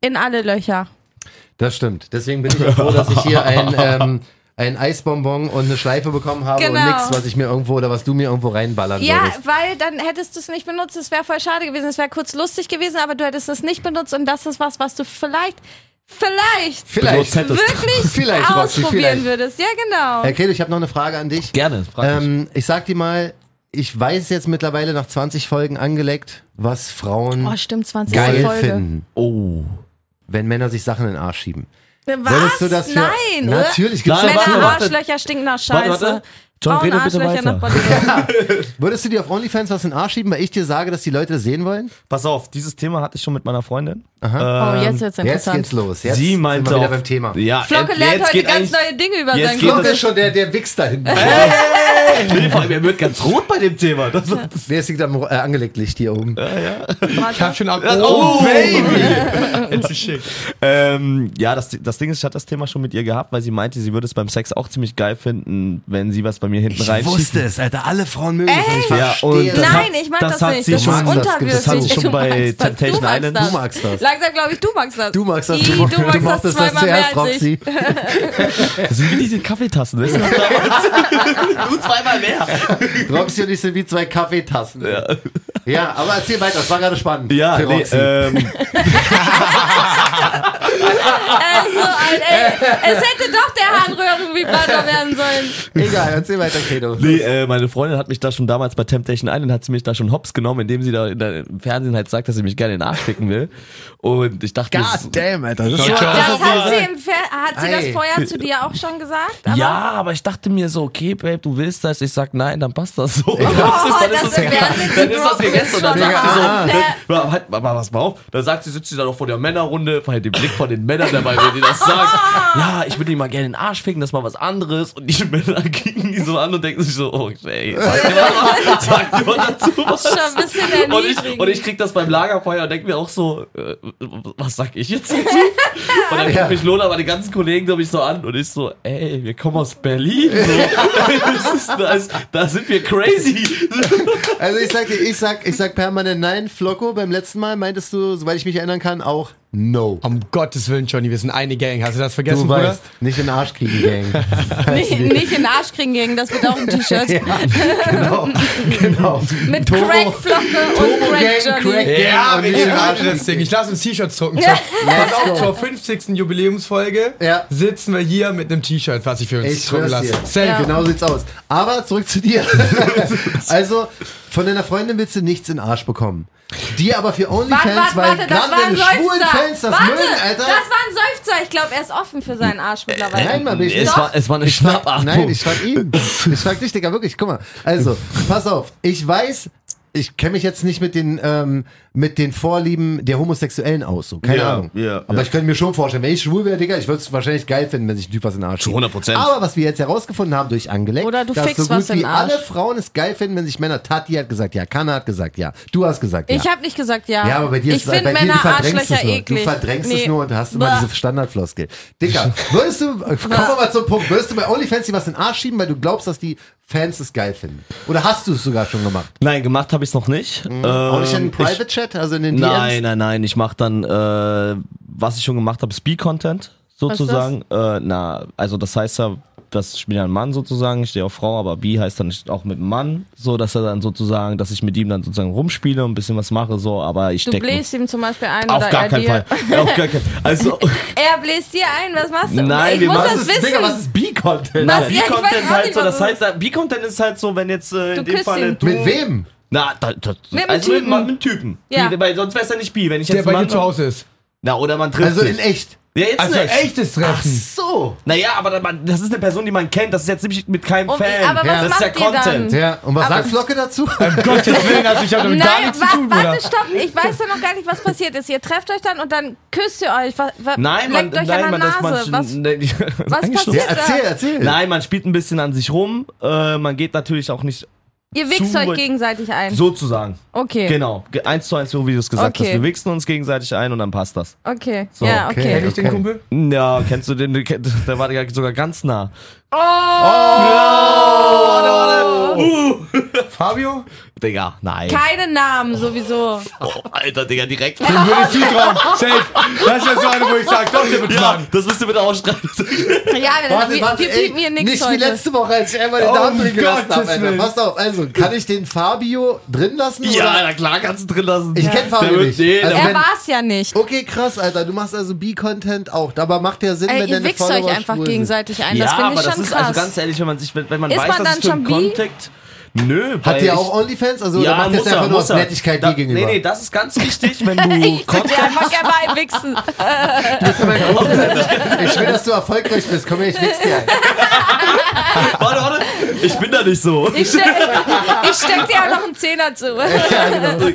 Speaker 3: in alle Löcher.
Speaker 2: Das stimmt. Deswegen bin ich auch froh, dass ich hier *laughs* ein, ähm, ein Eisbonbon und eine Schleife bekommen habe und
Speaker 3: Genau.
Speaker 2: nichts, was ich mir irgendwo oder was du mir irgendwo reinballern
Speaker 5: Also
Speaker 3: Ja,
Speaker 2: würdest.
Speaker 3: weil dann hättest du es nicht benutzt. Es wäre voll schade gewesen. Es wäre kurz lustig gewesen, aber du hättest es nicht benutzt. Und das ist was, was du vielleicht, vielleicht,
Speaker 5: Benutzt
Speaker 2: Vielleicht.
Speaker 5: hättest. *laughs*
Speaker 3: wirklich
Speaker 2: Vielleicht, Roxy,
Speaker 3: ausprobieren
Speaker 2: vielleicht.
Speaker 3: würdest. Ja, genau.
Speaker 2: Herr Kehl, ich habe noch eine Frage an dich.
Speaker 5: Gerne, frag mich.
Speaker 2: Ähm, ich sag dir mal, ich weiß jetzt mittlerweile nach 20 Folgen angeleckt, was
Speaker 5: Ähm,
Speaker 2: Frauen
Speaker 3: Oh, stimmt, 20
Speaker 2: geil
Speaker 3: Folge.
Speaker 2: finden,
Speaker 5: Oh.
Speaker 2: wenn Männer sich Sachen in den Arsch schieben.
Speaker 3: Was?
Speaker 2: Würdest du das für,
Speaker 3: Nein.
Speaker 2: Natürlich. gibt's
Speaker 5: Nein,
Speaker 2: da was
Speaker 5: warte,
Speaker 3: Männer,
Speaker 5: warte.
Speaker 3: Arschlöcher stinken nach
Speaker 5: Warte,
Speaker 3: Scheiße.
Speaker 5: warte. John,
Speaker 3: Frauen,
Speaker 5: rede bitte
Speaker 3: Arschlöcher
Speaker 5: weiter.
Speaker 3: nach
Speaker 5: *laughs*
Speaker 3: Bodybuilding.
Speaker 2: Würdest du dir auf OnlyFans was in den Arsch schieben, weil ich dir sage, dass die Leute das sehen wollen?
Speaker 5: Pass auf, dieses Thema hatte ich schon mit meiner Freundin.
Speaker 3: Oh, jetzt wird's
Speaker 2: Jetzt
Speaker 3: interessant.
Speaker 2: geht's los. Jetzt
Speaker 5: Sie
Speaker 2: sind
Speaker 5: meinte
Speaker 2: wir wieder
Speaker 5: auch-
Speaker 2: beim Thema.
Speaker 5: Ja,
Speaker 3: Flocke
Speaker 5: Ähm, jetzt
Speaker 3: lernt heute
Speaker 5: geht
Speaker 3: ganz
Speaker 5: eigentlich-
Speaker 3: neue Dinge über
Speaker 5: jetzt
Speaker 3: seinen
Speaker 5: geht
Speaker 2: Flocke
Speaker 3: Körper.
Speaker 5: das-
Speaker 2: ist schon der, der Wichs da
Speaker 5: *laughs*
Speaker 2: hinten.
Speaker 5: Nee, vor allem, er wird ganz rot bei dem Thema. Das, das,
Speaker 2: Der liegt am äh, angelegt Licht hier oben.
Speaker 4: Ich hab schon ab.
Speaker 5: Oh,
Speaker 4: Jetzt ist schick.
Speaker 5: ähm, ja, das, das Ding ist, ich hatte das Thema schon mit ihr gehabt, weil sie meinte, sie würde es beim Sex auch ziemlich geil finden, wenn sie was bei mir hinten reinschiebt.
Speaker 2: es, Alter. Alle Frauen mögen es. Ich
Speaker 5: Ja,
Speaker 2: verstehe
Speaker 5: und
Speaker 2: es.
Speaker 5: das
Speaker 3: Nein,
Speaker 5: hat-
Speaker 3: ich mag
Speaker 5: das
Speaker 3: das,
Speaker 5: hat
Speaker 3: nicht.
Speaker 5: sie
Speaker 3: Das
Speaker 5: schon-
Speaker 2: das-
Speaker 3: ist
Speaker 2: das hat sie
Speaker 3: unterwürfig.
Speaker 5: schon
Speaker 3: Du
Speaker 5: bei
Speaker 3: magst das.
Speaker 5: Temptation
Speaker 3: du magst
Speaker 5: Island.
Speaker 3: Das.
Speaker 2: Du magst das.
Speaker 3: Langsam glaube ich, du magst das.
Speaker 2: Du magst das.
Speaker 3: I,
Speaker 2: du,
Speaker 3: du magst das,
Speaker 2: mochtest
Speaker 3: zweimal mehr als ich. *laughs*
Speaker 2: Roxy.
Speaker 5: Das sind wie diese Kaffeetassen, weißt du? noch *laughs* damals? du zweimal mehr.
Speaker 2: Roxy und ich sind wie zwei Kaffeetassen. Ja, aber erzähl weiter. Das war gerade spannend.
Speaker 5: Ja,
Speaker 2: für
Speaker 5: nee,
Speaker 2: Roxy.
Speaker 5: ähm,
Speaker 3: Also, ey, es hätte doch der Harnröhrenvibrator werden sollen.
Speaker 2: Egal, erzähl weiter, Kedo.
Speaker 5: nee äh, meine Freundin hat mich da schon damals bei Temptation Island, hat sie mich da schon hops genommen, indem sie da in der, im Fernsehen halt sagt, dass sie mich gerne in den Arsch ficken will. Und ich dachte, das-
Speaker 2: God damn, Alter. Das ist
Speaker 4: Ciao, ciao.
Speaker 3: Das hat sie, im Fer hat sie das
Speaker 2: Ei.
Speaker 3: vorher zu dir auch schon gesagt? Aber
Speaker 5: ja, aber ich dachte mir so, okay, Babe, du willst das. Ich sag, nein, dann passt das so.
Speaker 3: Oh,
Speaker 5: Das ist- dann
Speaker 3: das
Speaker 5: ist das
Speaker 3: im
Speaker 5: egal.
Speaker 3: Fernsehen
Speaker 5: Dann
Speaker 3: zu
Speaker 5: ist das
Speaker 3: droppen,
Speaker 5: gegessen. Und dann
Speaker 3: ist schon
Speaker 5: sagt sie so,
Speaker 3: hart.
Speaker 5: dann, ja, halt, mal, mal, was mal auf. Dann sagt sie, sitzt sie dann auch vor der Männerrunde, vor dem Blick von den Männern dabei, wenn die das sagt.
Speaker 3: *laughs*
Speaker 5: Ja, ich würde ihm mal gerne den Arsch ficken, das ist mal was anderes. Und die Männer *laughs* kicken die so an und denken sich so, oh, ey,
Speaker 3: *laughs*
Speaker 5: sag dir mal, was- sag dir mal dazu was.
Speaker 3: Schon ein bisschen
Speaker 5: Und ich,
Speaker 3: erniedrigend.
Speaker 5: und ich krieg das beim Lagerfeuer und denk mir auch so, äh, was sag ich jetzt dazu? Und dann guckt mich Lola, meine ganzen Kollegen, so mich so an und ich so, ey, wir kommen aus Berlin. So. *laughs* das ist, da, ist, da sind wir crazy.
Speaker 2: Also ich sag dir, ich sag, ich sag permanent nein. Flocko, beim letzten Mal meintest du, soweit ich mich erinnern kann, auch no.
Speaker 4: Um Gottes Willen, Johnny, wir sind eine Gang. Hast du das vergessen,
Speaker 2: Du
Speaker 4: Bruder?
Speaker 2: weißt, nicht in den Arsch kriegen, *laughs* Gang.
Speaker 3: Nicht, nicht in den Arsch kriegen gegen, das wird auch ein T-Shirt.
Speaker 2: genau, genau.
Speaker 3: Mit
Speaker 2: Turbo-
Speaker 3: Crackflocke und
Speaker 2: Turbo
Speaker 3: Crack
Speaker 2: Gang, Crack
Speaker 3: Johnny.
Speaker 2: Gang.
Speaker 4: Ja,
Speaker 2: und
Speaker 4: ich
Speaker 2: nicht in den Arsch
Speaker 4: rate das Ding. Ich lasse uns T-Shirts drucken. Pass auf, zur 50. Jubiläumsfolge
Speaker 2: Ja.
Speaker 4: sitzen wir hier mit einem T-Shirt, was ich für uns
Speaker 2: Ich
Speaker 4: drucken
Speaker 2: schwör's
Speaker 4: lasse.
Speaker 2: dir.
Speaker 4: Safe.
Speaker 3: Ja.
Speaker 2: Genau sieht's aus. Aber zurück zu *laughs* dir. also, von deiner Freundin willst du nichts in den Arsch bekommen. Die aber für
Speaker 3: Warte,
Speaker 2: OnlyFans,
Speaker 3: warte,
Speaker 2: weil
Speaker 3: warte, das
Speaker 2: gerade
Speaker 3: war ein
Speaker 2: deine schwulen
Speaker 3: Seufzer.
Speaker 2: Fans das
Speaker 3: warte,
Speaker 2: mögen, Alter.
Speaker 3: das war ein Seufzer. Ich glaube, er ist offen für seinen Arsch mittlerweile.
Speaker 2: Nein, Mann, bin ich
Speaker 5: Es
Speaker 2: nicht.
Speaker 5: war, es war eine Schnappatmung.
Speaker 2: Nein, ich frag ihn. Ich frag dich, Digga, wirklich. Guck mal. Also, pass auf. Ich weiß, ich kenne mich jetzt nicht mit den, ähm, mit den Vorlieben der Homosexuellen aus. So. Keine
Speaker 5: Ja,
Speaker 2: Ahnung.
Speaker 5: ja,
Speaker 2: Aber
Speaker 5: ja.
Speaker 2: ich könnte mir schon vorstellen, wenn ich schwul wäre, Digga, ich würde es wahrscheinlich geil finden, wenn sich ein Typ was in den Arsch schiebt.
Speaker 5: 100%.
Speaker 2: Aber was wir jetzt herausgefunden haben durch Angelegt,
Speaker 3: Oder du
Speaker 2: dass
Speaker 3: fickst
Speaker 2: so gut
Speaker 3: was in
Speaker 2: wie
Speaker 3: den Arsch.
Speaker 2: alle Frauen es geil finden, wenn sich Männer, Tati hat gesagt ja, Kana hat gesagt ja, du hast gesagt ja.
Speaker 3: Ich habe nicht gesagt ja.
Speaker 2: Ja, aber bei dir
Speaker 3: Ah, ich
Speaker 2: ist bei
Speaker 3: find
Speaker 2: dir,
Speaker 3: Männer
Speaker 2: du verdrängst es
Speaker 3: Arschlöcher
Speaker 2: nur.
Speaker 3: eklig.
Speaker 2: Du verdrängst
Speaker 3: Nee.
Speaker 2: es nur und hast immer
Speaker 3: Bah.
Speaker 2: diese Standardfloskel. Dicker, würdest du, kommen wir mal zum Punkt, würdest du bei OnlyFans dir was in den Arsch schieben, weil du glaubst, dass die Fans es geil finden? Oder hast du es sogar schon gemacht?
Speaker 5: Nein, gemacht habe ich es noch nicht. Ähm,
Speaker 2: Auch nicht in den
Speaker 5: ich-
Speaker 2: Private Chat, also in den DMs?
Speaker 5: Nein, nein, nein. Ich mache dann, äh, was ich schon gemacht habe, Speak-Content sozusagen. Äh, na, also das heißt ja, dass ich bin ja ein Mann sozusagen, ich stehe auf Frau, aber B heißt dann nicht auch mit Mann, so dass er dann sozusagen, dass ich mit ihm dann sozusagen rumspiele und ein bisschen was mache, so, aber ich
Speaker 3: Du
Speaker 5: decke.
Speaker 3: bläst ihm zum Beispiel ein
Speaker 5: Auf
Speaker 3: oder
Speaker 5: gar
Speaker 3: er
Speaker 5: keinen
Speaker 3: dir.
Speaker 5: Fall. Auf gar keinen Fall. Also,
Speaker 3: *laughs* Er bläst dir ein, was machst du?
Speaker 5: *laughs* Nein,
Speaker 3: ich
Speaker 5: wir
Speaker 3: muss
Speaker 5: machen
Speaker 3: das
Speaker 2: Was ist,
Speaker 3: wissen.
Speaker 2: Digga, was ist
Speaker 5: B-Content.
Speaker 3: Was? Ja, ich weiß
Speaker 5: B-Content
Speaker 3: auch
Speaker 5: halt
Speaker 3: nicht,
Speaker 5: so, das
Speaker 3: warum.
Speaker 5: heißt, B-Content ist halt so, wenn jetzt äh,
Speaker 3: Du
Speaker 5: in dem
Speaker 3: küsst
Speaker 5: Fall
Speaker 3: ihn.
Speaker 5: du,
Speaker 2: Mit wem?
Speaker 5: Na, da, da,
Speaker 3: Mit einem
Speaker 5: also
Speaker 3: Typen.
Speaker 5: Mit, mit Typen.
Speaker 3: Ja.
Speaker 5: Die- Weil sonst wär's ja nicht B, wenn ich
Speaker 4: der
Speaker 5: jetzt
Speaker 4: bei
Speaker 5: einen
Speaker 4: dir
Speaker 5: Mann-
Speaker 4: zu Hause ist.
Speaker 5: Na, oder man trifft
Speaker 2: Also in
Speaker 5: sich.
Speaker 2: echt.
Speaker 5: Ja, jetzt
Speaker 4: Also
Speaker 5: ne,
Speaker 4: ein echtes Treffen.
Speaker 2: So.
Speaker 5: Naja, aber da- man- das ist eine Person, die man kennt. Das ist jetzt nicht mit keinem
Speaker 3: Und-
Speaker 5: Fan.
Speaker 3: Oh, aber was
Speaker 5: das ist ja
Speaker 3: macht ihr dann?
Speaker 5: Content.
Speaker 2: Ja, und was
Speaker 3: Aber-
Speaker 2: sagt Flocke dazu?
Speaker 4: Gottes
Speaker 3: *laughs*
Speaker 4: Willen, also ich habe damit gar
Speaker 3: Nein,
Speaker 4: nichts zu
Speaker 3: wa
Speaker 4: tun, Bruder.
Speaker 3: warte, stopp. Ich weiß ja noch gar nicht, was passiert ist. Ihr trefft euch dann und dann küsst ihr euch. Wa wa
Speaker 5: Nein, man,
Speaker 3: leckt euch
Speaker 5: nein,
Speaker 3: an der
Speaker 5: man, dass man,
Speaker 3: Nase. Was, *laughs* was
Speaker 5: Angeschnupft.
Speaker 2: Ja,
Speaker 3: passiert da?
Speaker 2: erzähl, erzähl.
Speaker 5: Nein, man spielt ein bisschen an sich rum. Äh, man geht natürlich auch nicht
Speaker 3: Ihr wichst
Speaker 5: zu-
Speaker 3: euch gegenseitig ein.
Speaker 5: sozusagen.
Speaker 3: okay.
Speaker 5: Genau. Ge- Eins zu eins, so wie du es gesagt
Speaker 3: Okay.
Speaker 5: hast. Wir wichsen uns gegenseitig ein und dann passt das.
Speaker 3: Okay. ja,
Speaker 2: okay.
Speaker 3: okay.
Speaker 4: Kenn ich den
Speaker 2: Okay.
Speaker 4: Kumpel?
Speaker 5: Ja, kennst du den? *laughs* Der war ja sogar ganz nah.
Speaker 4: Fabio?
Speaker 5: Digga, nein.
Speaker 3: Keine Namen sowieso.
Speaker 5: Oh, Alter, Digga, direkt.
Speaker 4: Den würde ich zutrauen. Safe. Das ist ja so eine, wo ich sage, doch, der wird
Speaker 5: Ja,
Speaker 4: machen.
Speaker 5: das müsst ihr bitte ausstreichen.
Speaker 3: *laughs* Ja, wir, Äh, wir, wir
Speaker 2: ey,
Speaker 3: piepen hier nichts
Speaker 2: Nicht
Speaker 3: heute.
Speaker 2: wie letzte Woche, als ich einmal den
Speaker 4: Oh,
Speaker 2: Namen
Speaker 4: um
Speaker 2: drin gelassen
Speaker 4: Gottes
Speaker 2: habe. Alter.
Speaker 4: Willen.
Speaker 2: Passt auf, also, kann ich den Fabio drin lassen?
Speaker 5: Ja,
Speaker 2: Oder?
Speaker 5: na klar, kannst du drin lassen.
Speaker 2: Ich kenn Fabio
Speaker 5: Der wird-
Speaker 2: nicht.
Speaker 5: Nee,
Speaker 2: Also
Speaker 5: der-
Speaker 3: er
Speaker 2: wenn-
Speaker 3: war's ja nicht.
Speaker 2: Okay, krass, Alter. Du machst also B-Content auch. Aber macht ja Sinn,
Speaker 3: Ey,
Speaker 2: wenn
Speaker 3: ihr
Speaker 2: deine
Speaker 3: wichst euch
Speaker 2: Follower
Speaker 3: einfach
Speaker 2: schwul sind.
Speaker 3: gegenseitig ein.
Speaker 5: ja,
Speaker 3: das finde
Speaker 5: aber
Speaker 3: ich
Speaker 5: das
Speaker 3: schon
Speaker 5: ist,
Speaker 3: krass.
Speaker 5: also ganz ehrlich, wenn man sich, wenn, wenn man
Speaker 3: Ist
Speaker 5: weiß,
Speaker 3: man
Speaker 5: dass
Speaker 3: dann
Speaker 5: es für einen
Speaker 3: schon bi?
Speaker 5: Kontext. Nö,
Speaker 2: Hat
Speaker 5: weil
Speaker 2: ihr
Speaker 5: ich-
Speaker 2: auch OnlyFans? Also, oder macht ihr
Speaker 5: muss
Speaker 2: das einfach nur aus
Speaker 5: muss
Speaker 2: Nettigkeit
Speaker 5: da,
Speaker 2: dir gegenüber?
Speaker 5: Nee, nee, das ist ganz wichtig, wenn du
Speaker 3: *laughs* Ich würde
Speaker 5: Content
Speaker 3: dir einfach gerne mal einwichsen.
Speaker 2: *laughs* Ich will, dass du erfolgreich bist. Komm her, ich wichs dir. ein.
Speaker 5: Warte, warte. Ich bin da nicht so.
Speaker 3: Ich steck,
Speaker 2: *laughs*
Speaker 3: ich steck dir auch noch einen Zehner zu.
Speaker 2: Ja, genau.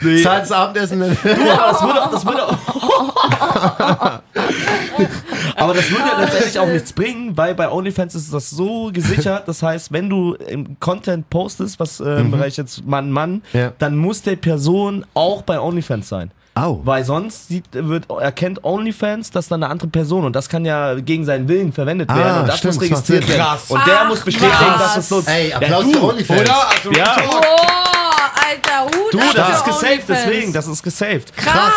Speaker 5: Nee.
Speaker 2: Zahlst
Speaker 5: *laughs*
Speaker 2: Abendessen. dann-
Speaker 5: Du, aber das würde auch. Das würde auch *laughs* aber das würde ja letztendlich auch nichts bringen, weil bei OnlyFans ist das so gesichert. Das heißt, wenn du ähm, Content postest, was äh, im Bereich jetzt Mann, Mann,
Speaker 2: Mhm. Ja.
Speaker 5: dann muss der Person auch bei OnlyFans sein.
Speaker 2: Au.
Speaker 5: Weil sonst sieht, wird, erkennt OnlyFans, dass dann eine andere Person und das kann ja gegen seinen Willen verwendet
Speaker 2: Ah,
Speaker 5: werden und das
Speaker 2: stimmt,
Speaker 5: muss
Speaker 2: das macht
Speaker 5: registriert
Speaker 2: Sinn.
Speaker 5: werden.
Speaker 4: Krass.
Speaker 5: Und der
Speaker 3: Ach,
Speaker 5: muss bestätigen,
Speaker 3: krass.
Speaker 5: dass es so
Speaker 2: Ey, Applaus
Speaker 5: ja,
Speaker 2: für
Speaker 5: du,
Speaker 2: OnlyFans.
Speaker 4: Oder? Also,
Speaker 5: Ja.
Speaker 3: Oh, Alter, Hut
Speaker 5: du,
Speaker 3: ab für
Speaker 5: das ist gesaved,
Speaker 3: OnlyFans.
Speaker 5: deswegen, das ist gesaved.
Speaker 3: krass.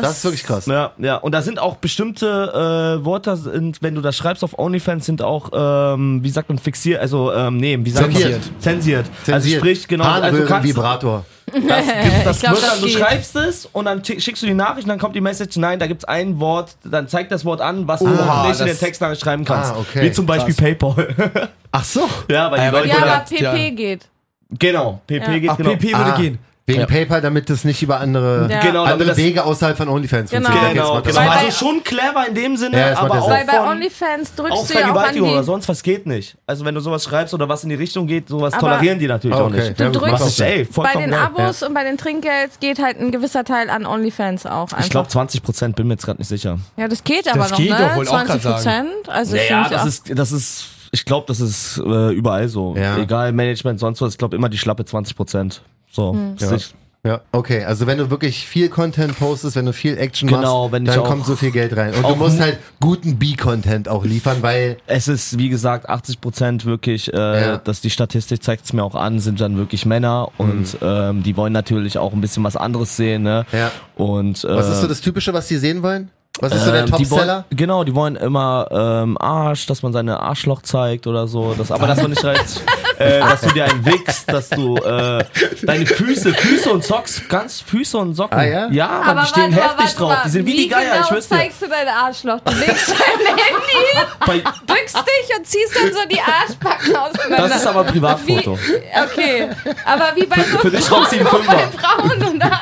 Speaker 2: Das ist wirklich krass.
Speaker 5: Ja, ja. Und da sind auch bestimmte äh, Wörter, sind, wenn du das schreibst auf OnlyFans, sind auch, ähm, wie sagt man, fixiert, also, ähm, nee, wie sagt
Speaker 2: Zensiert.
Speaker 5: man? Zensiert. Also
Speaker 2: Zensiert.
Speaker 5: sprich, genau, also
Speaker 2: Harnröhren,
Speaker 5: du kannst,
Speaker 2: Vibrator.
Speaker 5: das, gibt, *laughs* das
Speaker 3: Ich glaub,
Speaker 5: wird
Speaker 3: das
Speaker 5: dann, du
Speaker 3: geht.
Speaker 5: schreibst es und dann schick- schickst du die Nachricht und dann kommt die Message, nein, da gibt's ein Wort, dann zeigt das Wort an, was
Speaker 2: Oha,
Speaker 5: du nicht in
Speaker 2: das-
Speaker 5: der Textnachricht schreiben kannst.
Speaker 2: Ah, okay,
Speaker 5: Wie zum Beispiel PayPal. *laughs*
Speaker 2: Ach so.
Speaker 5: ja, weil die
Speaker 4: Ja, aber
Speaker 5: Leute,
Speaker 3: ja, aber
Speaker 4: Ja.
Speaker 3: PP geht.
Speaker 5: genau, PP
Speaker 3: Ja.
Speaker 5: geht
Speaker 4: Ach,
Speaker 5: genau.
Speaker 4: PP würde
Speaker 2: Ah,
Speaker 4: gehen.
Speaker 2: Wegen PayPal, damit das nicht über andere,
Speaker 3: Ja.
Speaker 5: Genau, damit
Speaker 2: andere
Speaker 5: das-
Speaker 2: Wege außerhalb von OnlyFans
Speaker 3: Genau.
Speaker 2: funktioniert. Jetzt
Speaker 5: Genau,
Speaker 2: macht das
Speaker 5: genau.
Speaker 3: Weil
Speaker 2: Sinn.
Speaker 3: bei-
Speaker 5: Also schon clever in dem Sinne,
Speaker 2: Ja, das macht
Speaker 5: aber
Speaker 2: ja
Speaker 5: auch
Speaker 2: Sinn.
Speaker 3: Weil bei
Speaker 5: von-
Speaker 3: OnlyFans drückst
Speaker 5: Auch
Speaker 3: du ja auch an die...
Speaker 5: Vergewaltigung oder sonst was geht nicht. Also wenn du sowas schreibst oder was in die Richtung geht, sowas
Speaker 3: Aber-
Speaker 5: tolerieren die natürlich
Speaker 2: Ah,
Speaker 5: auch
Speaker 2: okay.
Speaker 5: nicht.
Speaker 2: Du
Speaker 5: Ja, gut,
Speaker 3: drückst-
Speaker 5: was ist, ey,
Speaker 3: bei
Speaker 5: vollkommen
Speaker 3: den
Speaker 5: geil.
Speaker 3: Abos und bei den Trinkgeld geht halt ein gewisser Teil an OnlyFans auch einfach.
Speaker 5: Ich glaube 20 Prozent, bin mir jetzt gerade nicht sicher.
Speaker 3: ja, das geht aber noch,
Speaker 4: geht
Speaker 3: ne?
Speaker 4: doch, wollte auch
Speaker 3: 20
Speaker 4: grad sagen.
Speaker 3: Prozent. Also
Speaker 5: Naja,
Speaker 3: finde ich
Speaker 5: das
Speaker 3: auch-
Speaker 5: ist, das ist, ich glaube, das ist äh, überall so.
Speaker 2: Ja.
Speaker 5: Egal, Management, sonst was, ich glaube immer die schlappe 20 Prozent. So,
Speaker 3: Hm.
Speaker 2: Ja.
Speaker 5: sich-
Speaker 2: Ja, okay. Also wenn du wirklich viel Content postest, wenn du viel Action
Speaker 5: Genau,
Speaker 2: machst,
Speaker 5: wenn ich
Speaker 2: dann
Speaker 5: auch-
Speaker 2: kommt so viel Geld rein. Und du
Speaker 5: auch-
Speaker 2: musst halt guten B-Content auch liefern, weil
Speaker 5: Es ist, wie gesagt, 80 Prozent wirklich, äh,
Speaker 2: Ja.
Speaker 5: dass die Statistik zeigt es mir auch an, sind dann wirklich Männer und ähm, die wollen natürlich auch ein bisschen was anderes sehen. Ne?
Speaker 2: Ja.
Speaker 5: Und, äh,
Speaker 2: was ist so das Typische, was die sehen wollen? Was ist so der
Speaker 5: Ähm, die
Speaker 2: Topseller?
Speaker 5: wollen- Genau, die wollen immer ähm, Arsch, dass man seine Arschloch zeigt oder so. Dass, aber dass man nicht halt, äh, dass du dir einen wickst, dass du äh, deine Füße, Füße und Socks, ganz Füße und Socken.
Speaker 2: Ah, ja?
Speaker 5: ja Mann, die stehen
Speaker 3: warte mal,
Speaker 5: heftig
Speaker 3: warte
Speaker 5: drauf.
Speaker 3: mal.
Speaker 5: Die sind wie, die Geier,
Speaker 3: genau
Speaker 5: ich wüsste.
Speaker 3: zeigst du dein Arschloch. Du legst dein *laughs* Handy,
Speaker 5: Bei,
Speaker 3: drückst dich und ziehst dann so die Arschbacken auseinander.
Speaker 5: das ist aber ein
Speaker 3: wie,
Speaker 5: Privatfoto.
Speaker 3: okay, aber wie bei so
Speaker 5: *laughs* Für dich raus die ein
Speaker 3: bei
Speaker 5: Fünfer.
Speaker 3: Frauen und da,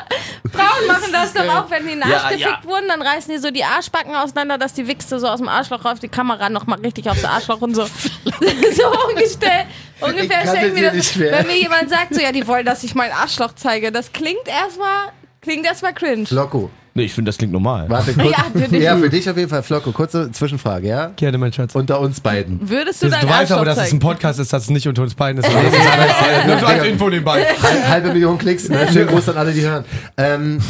Speaker 3: Frauen machen das doch auch, wenn die in den
Speaker 5: Ja,
Speaker 3: Arsch
Speaker 5: ja.
Speaker 3: gefickt wurden, dann reißen die so die Arschbacken auseinander, dass die Wichse so aus dem Arschloch auf die Kamera nochmal richtig aufs Arschloch und so. *laughs* so ungestell, ungefähr
Speaker 2: kann
Speaker 3: stellen
Speaker 2: das
Speaker 3: wir
Speaker 2: hier
Speaker 3: das.
Speaker 2: nicht mehr.
Speaker 3: Wenn mir jemand sagt, so ja, die wollen, dass ich mein Arschloch zeige, das klingt erstmal klingt erstmal cringe.
Speaker 2: Flocko,
Speaker 5: Nee, ich finde, das klingt normal.
Speaker 4: *laughs*
Speaker 2: warte kurz.
Speaker 3: Ja, für dich.
Speaker 2: ja, für dich auf jeden Fall. Flocko, kurze Zwischenfrage, ja?
Speaker 4: Gerne, mein Schatz.
Speaker 2: Unter uns beiden.
Speaker 3: Würdest du
Speaker 4: Du,
Speaker 3: dein
Speaker 4: weißt
Speaker 3: Arschloch
Speaker 4: aber, dass es ein
Speaker 3: zeigen?
Speaker 4: Podcast ist, dass es nicht unter uns beiden *laughs* ist. *laughs* Das ist alles- Nur so als Info nebenbei.
Speaker 2: Hal- Halbe Million Klicks, ne? Schönen Gruß an alle, die hören.
Speaker 5: *laughs*
Speaker 2: Ähm,